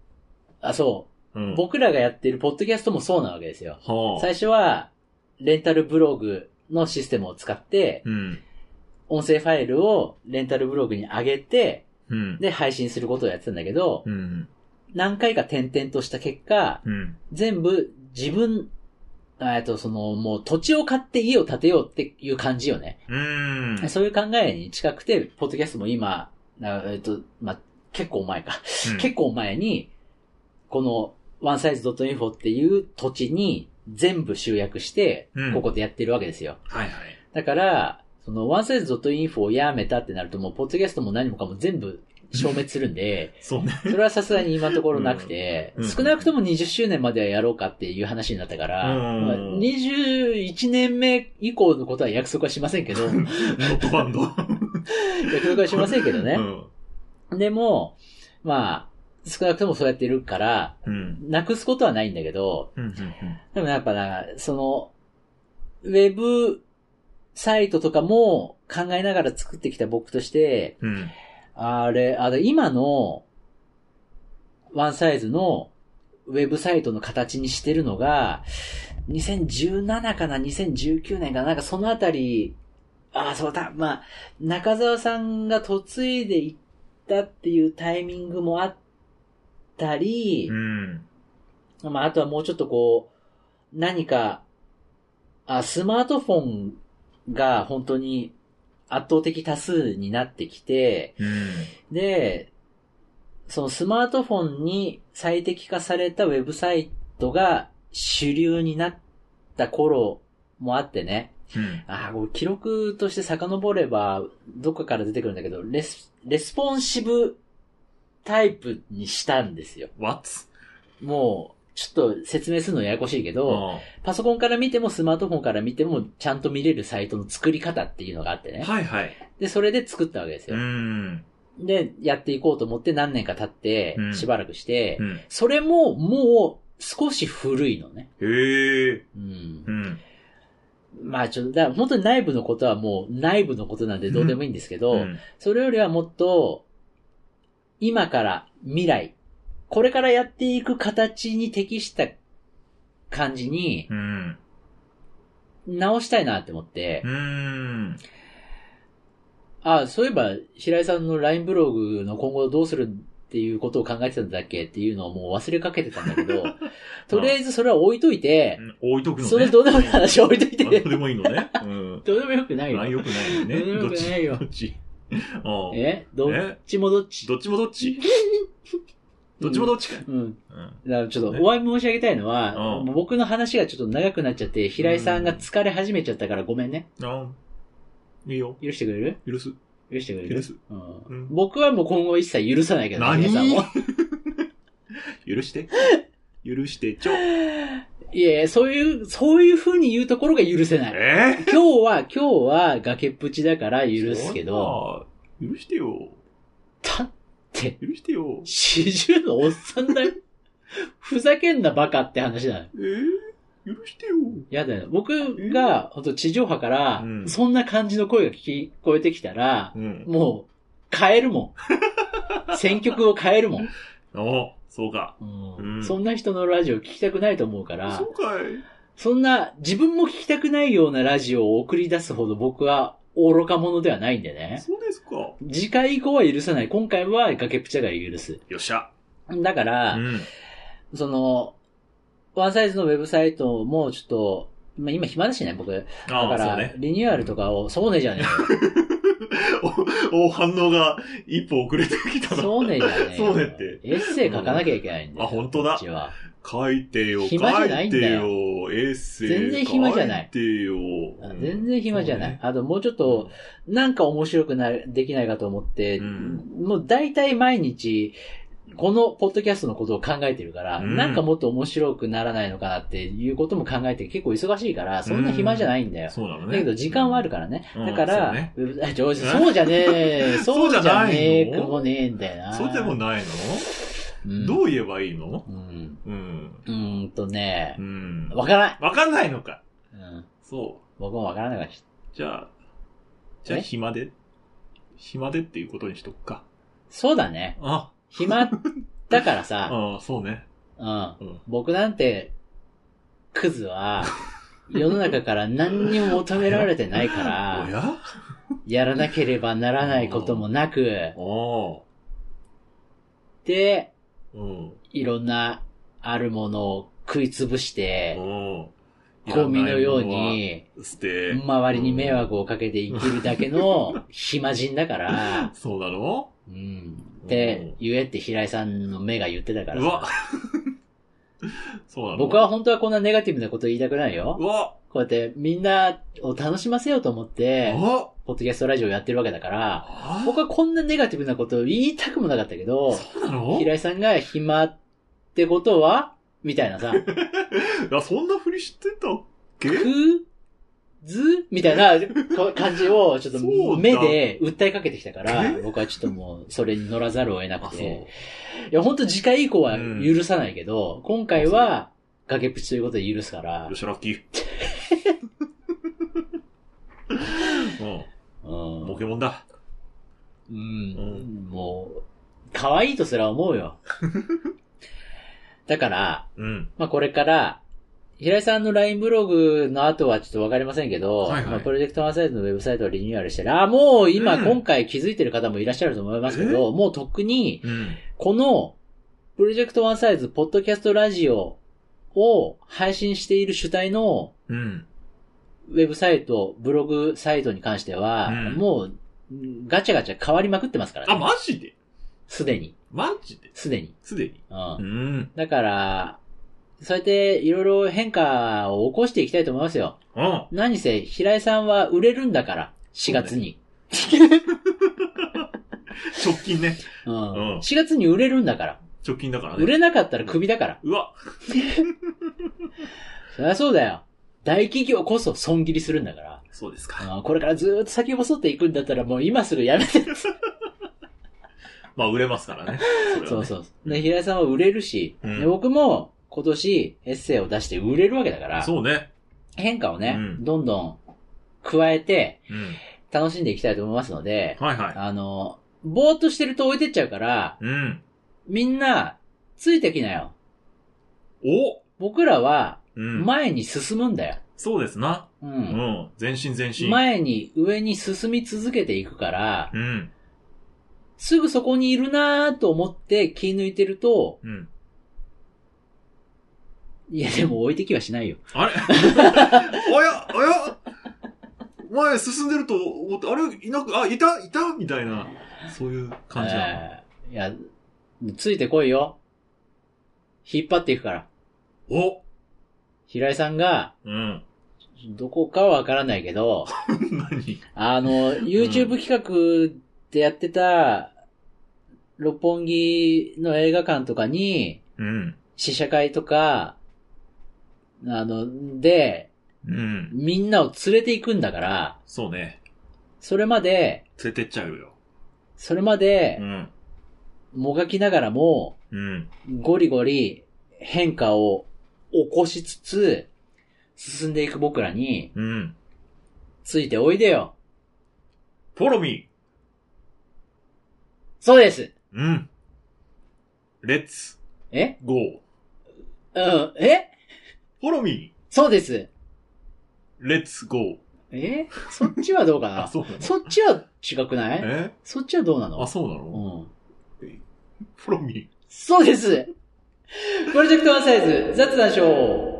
Speaker 2: あ、そうう、
Speaker 1: ん。
Speaker 2: 僕らがやってるポッドキャストもそうなわけですよ。
Speaker 1: はあ。
Speaker 2: 最初は、レンタルブログのシステムを使って、
Speaker 1: うん。
Speaker 2: 音声ファイルをレンタルブログに上げて、
Speaker 1: うん。
Speaker 2: で、配信することをやってたんだけど、
Speaker 1: うん。
Speaker 2: 何回か点々とした結果、
Speaker 1: うん。
Speaker 2: 全部自分、えっと、その、もう土地を買って家を建てようっていう感じよね。
Speaker 1: うん。
Speaker 2: そういう考えに近くて、ポッドキャストも今、なえっと、まあ、結構前か。結構前に、この、one size.info っていう土地に全部集約して
Speaker 1: う、ん
Speaker 2: ここでやってるわけですよ。
Speaker 1: はいはい。
Speaker 2: だから、その、one size.info をやめたってなると、もう、ポッドキャストも何もかも全部消滅するんで、
Speaker 1: そうね。
Speaker 2: それはさすがに今のところなくて、
Speaker 1: うんうん
Speaker 2: 少なくとも20周年まではやろうかっていう話になったから、
Speaker 1: うん
Speaker 2: まあ21年目以降のことは約束はしません けど、約
Speaker 1: ノットパウンド。
Speaker 2: 束はしませんけどね
Speaker 1: う。ん。
Speaker 2: でも、まあ、少なくともそうやってるから、
Speaker 1: うん。
Speaker 2: なくすことはないんだけど、
Speaker 1: うん。うん
Speaker 2: でもやっぱなんか、その、ウェブサイトとかも考えながら作ってきた僕として、
Speaker 1: うん。
Speaker 2: あれ、あの、今のワンサイズのウェブサイトの形にしてるのが、2017かな、2019年かな、なんかそのあたり、ああ、そうだ、まあ、中澤さんが嫁いでいったっていうタイミングもあったり、
Speaker 1: うん。
Speaker 2: まあ、あとはもうちょっとこう、何か、あスマートフォンが本当に圧倒的多数になってきて、
Speaker 1: うん。
Speaker 2: で、そのスマートフォンに最適化されたウェブサイトが主流になった頃もあってね、
Speaker 1: うん。
Speaker 2: ああ、これ記録として遡れば、どっかから出てくるんだけど、レス、レスポンシブタイプにしたんですよ。
Speaker 1: What?
Speaker 2: もう、ちょっと説明するのややこしいけど、
Speaker 1: あ
Speaker 2: パソコンから見てもスマートフォンから見てもちゃんと見れるサイトの作り方っていうのがあって
Speaker 1: ー
Speaker 2: ね。
Speaker 1: はいはい。
Speaker 2: で、それで作ったわけです
Speaker 1: う
Speaker 2: よ。
Speaker 1: ん。
Speaker 2: で、やっていこうと思って何年か経って
Speaker 1: う、ん
Speaker 2: しばらくして
Speaker 1: う、ん。
Speaker 2: それももう少し古いのね。
Speaker 1: へえ。
Speaker 2: うん
Speaker 1: う。ん。
Speaker 2: まあちょっと、だから本当に内部のことはもう内部のことなんでどうでもいいんですけど、
Speaker 1: うん
Speaker 2: それよりはもっと、今から未来、これからやっていく形に適した感じに
Speaker 1: うん。
Speaker 2: 直したいなって思って
Speaker 1: う、ん。
Speaker 2: あ、そういえば平井さんの LINE ブログの今後どうするっていうことを考えてたんだっけっていうのをもう忘れかけてたんだけ ど、とりあえずそれは置いといて、
Speaker 1: 置いとくのね。
Speaker 2: そのどうでもいい話置いとい
Speaker 1: あど う
Speaker 2: て、
Speaker 1: でもいいのね。うん。
Speaker 2: どうでもよく ない
Speaker 1: あ、
Speaker 2: よ。
Speaker 1: よくないよね。
Speaker 2: どうでも
Speaker 1: ど
Speaker 2: よ
Speaker 1: っ
Speaker 2: く
Speaker 1: ち
Speaker 2: ないよ
Speaker 1: ど。っちああ
Speaker 2: えどっ
Speaker 1: え
Speaker 2: ちもどっち。
Speaker 1: どっちもどっ ちどっちもどっちか。
Speaker 2: うん。
Speaker 1: うん。
Speaker 2: だからちょっ
Speaker 1: ね
Speaker 2: と、お詫び申し上げたいのは、
Speaker 1: うん
Speaker 2: もう僕の話がちょっと長くなっちゃって、平井さんが疲れ始めちゃったからごめんね。
Speaker 1: あいいよ。
Speaker 2: 許してくれる
Speaker 1: 許す。
Speaker 2: 許してくれ
Speaker 1: 許
Speaker 2: る、
Speaker 1: す。
Speaker 2: う
Speaker 1: う
Speaker 2: ん
Speaker 1: ん
Speaker 2: 僕はもう今後一切許さないけど、
Speaker 1: 何
Speaker 2: 平井さんも。
Speaker 1: 許 して。許してちょ。
Speaker 2: いやいや、そういう、そういう風に言うところが許せない。
Speaker 1: え
Speaker 2: 今日は、今日は崖っぷちだから許すけど、。
Speaker 1: そんな許してよ。
Speaker 2: だって、
Speaker 1: 許してよ。
Speaker 2: 40のおっさんだよ。ふざけんなバカって話だよ。
Speaker 1: えー、許してよ。
Speaker 2: やだよ。僕が、ほんと地上波から
Speaker 1: う、ん
Speaker 2: そんな感じの声が聞こえてきたら、
Speaker 1: うん。
Speaker 2: もう、変えるもん。選曲を変えるもん。
Speaker 1: あそうか。
Speaker 2: うん
Speaker 1: うん
Speaker 2: そんな人のラジオ聞きたくないと思うから
Speaker 1: そ、うかい。
Speaker 2: そんな自分も聞きたくないようなラジオを送り出すほど僕は愚か者ではないんでね。
Speaker 1: そうですか。よ
Speaker 2: 次回以降は許さない。今回は崖っぷちだから許す。
Speaker 1: っしゃ。
Speaker 2: だか
Speaker 1: う
Speaker 2: ら、
Speaker 1: ん。
Speaker 2: その、ワンサイズのウェブサイトもちょっと、まあ、今暇だしね、僕。だ
Speaker 1: あ
Speaker 2: か
Speaker 1: あ、そう
Speaker 2: ら、
Speaker 1: ね。
Speaker 2: リニューアルとかを、そうねじゃねえよ。
Speaker 1: お、お反応が一歩遅れてき たな。
Speaker 2: そうねじゃねえよ。
Speaker 1: そうねって。
Speaker 2: エッセイ書かなきゃいけないんだよ。
Speaker 1: あ本当だ
Speaker 2: こっちは。
Speaker 1: 書いてよ、書いてよ
Speaker 2: 暇じゃないんだ
Speaker 1: エ
Speaker 2: よ、
Speaker 1: ッセイ。
Speaker 2: 全然暇じゃない
Speaker 1: 書いてよ。
Speaker 2: あ全然暇じゃない。
Speaker 1: うん
Speaker 2: あともうちょっと、なんか面白くな、できないかと思って、
Speaker 1: うん
Speaker 2: もう大体毎日、このポッドキャストのことを考えてるから、
Speaker 1: うん
Speaker 2: なんかもっと面白くならないのかなっていうことも考えて結構忙しいから、そんな暇じゃないんだよ。
Speaker 1: そうなのね。
Speaker 2: だけど時間はあるからね。
Speaker 1: うん
Speaker 2: だから、
Speaker 1: そうね
Speaker 2: ウェブあ上手 そうじゃね え、そうじゃねえくもねえんだよな。
Speaker 1: そうでもない
Speaker 2: うん
Speaker 1: のどう言えばいいの
Speaker 2: うん。
Speaker 1: うん。
Speaker 2: うーんとね
Speaker 1: う、ん。
Speaker 2: わからない。
Speaker 1: わかんないのか。
Speaker 2: うん
Speaker 1: そ
Speaker 2: 僕もわからなかった。
Speaker 1: う。じゃあ、じゃあ
Speaker 2: え
Speaker 1: 暇で。暇でっていうことにしとくか。
Speaker 2: そうだね。
Speaker 1: あ、
Speaker 2: 暇だか らさ、
Speaker 1: ああそうね。
Speaker 2: うん
Speaker 1: うん。
Speaker 2: 僕なんて、クズ は、世の中から何にも求められてないか
Speaker 1: お
Speaker 2: ら、
Speaker 1: やあ
Speaker 2: やらなければならないこともなく、
Speaker 1: あ。
Speaker 2: で、
Speaker 1: うん。
Speaker 2: いろんなあるものを食い潰して、
Speaker 1: うん。
Speaker 2: ゴミのように、
Speaker 1: 捨て。
Speaker 2: 周りに迷惑をかけて生きるだけの暇人だから、
Speaker 1: そうなの
Speaker 2: うん。って、言えって平井さんの目が言ってたから
Speaker 1: うわ
Speaker 2: さ。
Speaker 1: そうなの
Speaker 2: 僕は本当はこんなネガティブなこと言いたくないよ
Speaker 1: う。わ
Speaker 2: こうやってみんなを楽しませようと思って、
Speaker 1: あ
Speaker 2: ポッドキャストラジオやってるわけだから、
Speaker 1: あ
Speaker 2: 僕はこんなネガティブなことを言いたくもなかったけど、
Speaker 1: そうなの
Speaker 2: 平井さんが暇ってことはみたいなさ、
Speaker 1: いや、そんなふりしてたっけ
Speaker 2: く、ずみたいなこ感じを、ちょっ
Speaker 1: そう
Speaker 2: と
Speaker 1: だ
Speaker 2: 目で訴えかけてきたから
Speaker 1: え、
Speaker 2: 僕はちょっともう、それに乗らざるを得な
Speaker 1: あ、
Speaker 2: く
Speaker 1: そ
Speaker 2: て。
Speaker 1: う。
Speaker 2: いや、ほんと次回以降は許さないけ ど、今回は、崖っぷちということで許すから
Speaker 1: よ、し、ラッキー。
Speaker 2: うん
Speaker 1: ポケモンだ。
Speaker 2: う
Speaker 1: うん
Speaker 2: ん、もう、可愛いとすら思 うよ。だから、
Speaker 1: うん。
Speaker 2: まあこれから、平井さんの LINE ブログの後はちょっとわかりませんけど、
Speaker 1: はいはい
Speaker 2: まあ、プロジェクトマンサイズのウェブサイトをリニューアルしてあ、もう今、
Speaker 1: うん
Speaker 2: 今回気づいてる方もいらっしゃると思いますけど、もうとっくに、
Speaker 1: うん。
Speaker 2: この、プロジェクトワンサイズ、ポッドキャストラジオを配信している主体の
Speaker 1: うん。
Speaker 2: ウェブサイト、ブログサイトに関しては、
Speaker 1: うん
Speaker 2: もう、うんガチャガチャ変わりまくってますから
Speaker 1: あ、
Speaker 2: ね。
Speaker 1: マジです
Speaker 2: でに。
Speaker 1: マジです
Speaker 2: でに。
Speaker 1: すでに。
Speaker 2: うん。
Speaker 1: うん。
Speaker 2: だから、そうやっていろいろ変化を起こしていきたいと思いますよ。
Speaker 1: うん。
Speaker 2: 何せ、平井さんは売れるんだから、4月に。
Speaker 1: 直近ね。
Speaker 2: うん。
Speaker 1: うん
Speaker 2: 4月に売れるんだから。
Speaker 1: 直近だから
Speaker 2: 売
Speaker 1: ね。
Speaker 2: れなかったらクビだから。
Speaker 1: うわ。
Speaker 2: そりゃそうだよ。大企業こそ損切りするんだから。
Speaker 1: そうですか。
Speaker 2: うんこれからずーっと先細っていくんだったらもう今すぐやめて。
Speaker 1: まあ、売れますからね。れ
Speaker 2: そ
Speaker 1: は
Speaker 2: う
Speaker 1: ね
Speaker 2: そう。で、平井さんは売れるし、
Speaker 1: うん
Speaker 2: で僕も今年エッセイを出して売れるわけだから、
Speaker 1: そうね。
Speaker 2: 変化をね、
Speaker 1: うん
Speaker 2: どんどん加えて
Speaker 1: うん。
Speaker 2: 楽しんでいきたいと思いますので、
Speaker 1: はいはい。
Speaker 2: あの、ぼーっとしてると置いてっちゃうから、
Speaker 1: うん。
Speaker 2: みんな、ついてきなよ。
Speaker 1: お
Speaker 2: 僕らは、
Speaker 1: うん。
Speaker 2: 前に進むんだよ。
Speaker 1: そうですな。
Speaker 2: う。
Speaker 1: うんん。全身全身。
Speaker 2: 前に、上に進み続けていくから、
Speaker 1: うん。
Speaker 2: すぐそこにいるなーと思って気抜いてると、
Speaker 1: うん。
Speaker 2: いやでも置いてきはしないよ。
Speaker 1: あれ おやおや前進んでると思って、あれいなく、あ、いたいたみたいな、そういう感じなの。
Speaker 2: えーいや、ついてこいよ。引っ張っていくから。
Speaker 1: お
Speaker 2: 平井さんが、
Speaker 1: うん。
Speaker 2: どこかはわからないけど、
Speaker 1: 何
Speaker 2: あの、YouTube 企画でやってた、六本木の映画館とかに、
Speaker 1: うん。
Speaker 2: 試写会とか、あの、で、
Speaker 1: うん。
Speaker 2: みんなを連れて行くんだから、
Speaker 1: そうね。
Speaker 2: それまで、
Speaker 1: 連れてっちゃうよ。
Speaker 2: それまで
Speaker 1: う、ん。
Speaker 2: もがきながらも、
Speaker 1: うん。
Speaker 2: ゴリゴリ変化を起こしつつ、進んでいく僕らに、
Speaker 1: うん。
Speaker 2: ついておいでよ。
Speaker 1: フォロミ
Speaker 2: そうです。
Speaker 1: ーうん。レッツ
Speaker 2: え
Speaker 1: ゴー
Speaker 2: うん、え
Speaker 1: フォロミ
Speaker 2: そうです。
Speaker 1: ーレッツゴー
Speaker 2: えそっちはどうかな
Speaker 1: あ、そうなの
Speaker 2: そっちは違くない
Speaker 1: え
Speaker 2: そっちはどうなの
Speaker 1: あ、そうな
Speaker 2: う
Speaker 1: の
Speaker 2: ん。
Speaker 1: フォロミー
Speaker 2: そうですプロジェクトワンサイズ、雑談ショー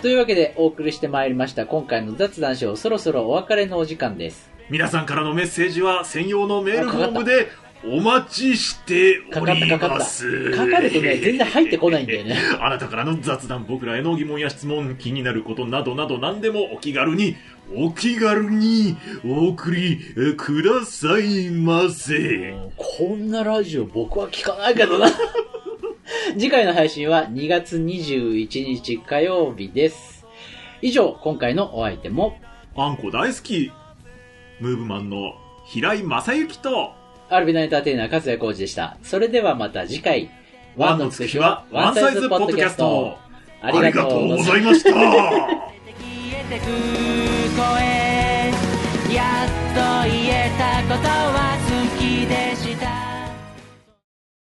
Speaker 2: というわけでお送りしてまいりました今回の雑談ショーそろそろお別れのお時間です。
Speaker 1: 皆さんからのメッセージは専用のメールフォームでお待ちしております。
Speaker 2: かかるとね、全然入ってこないんだよね。
Speaker 1: あなたからの雑談、僕らへの疑問や質問、気になることなどなど何でもお気軽に、お気軽にお送りくださいませ。
Speaker 2: こんなラジオ僕は聞かないけどな。次回の配信は2月21日火曜日です。以上、今回のお相手も、
Speaker 1: あんこ大好き、ムーブマンの平井正幸と、
Speaker 2: アルビナエンターテイナー、勝谷浩二でした。それではまた次回、
Speaker 1: ワンのつく日はワンサイズポッドキャスト。。
Speaker 2: ありがとうございます。
Speaker 1: いました。
Speaker 3: 消えてく声やっと言えたことを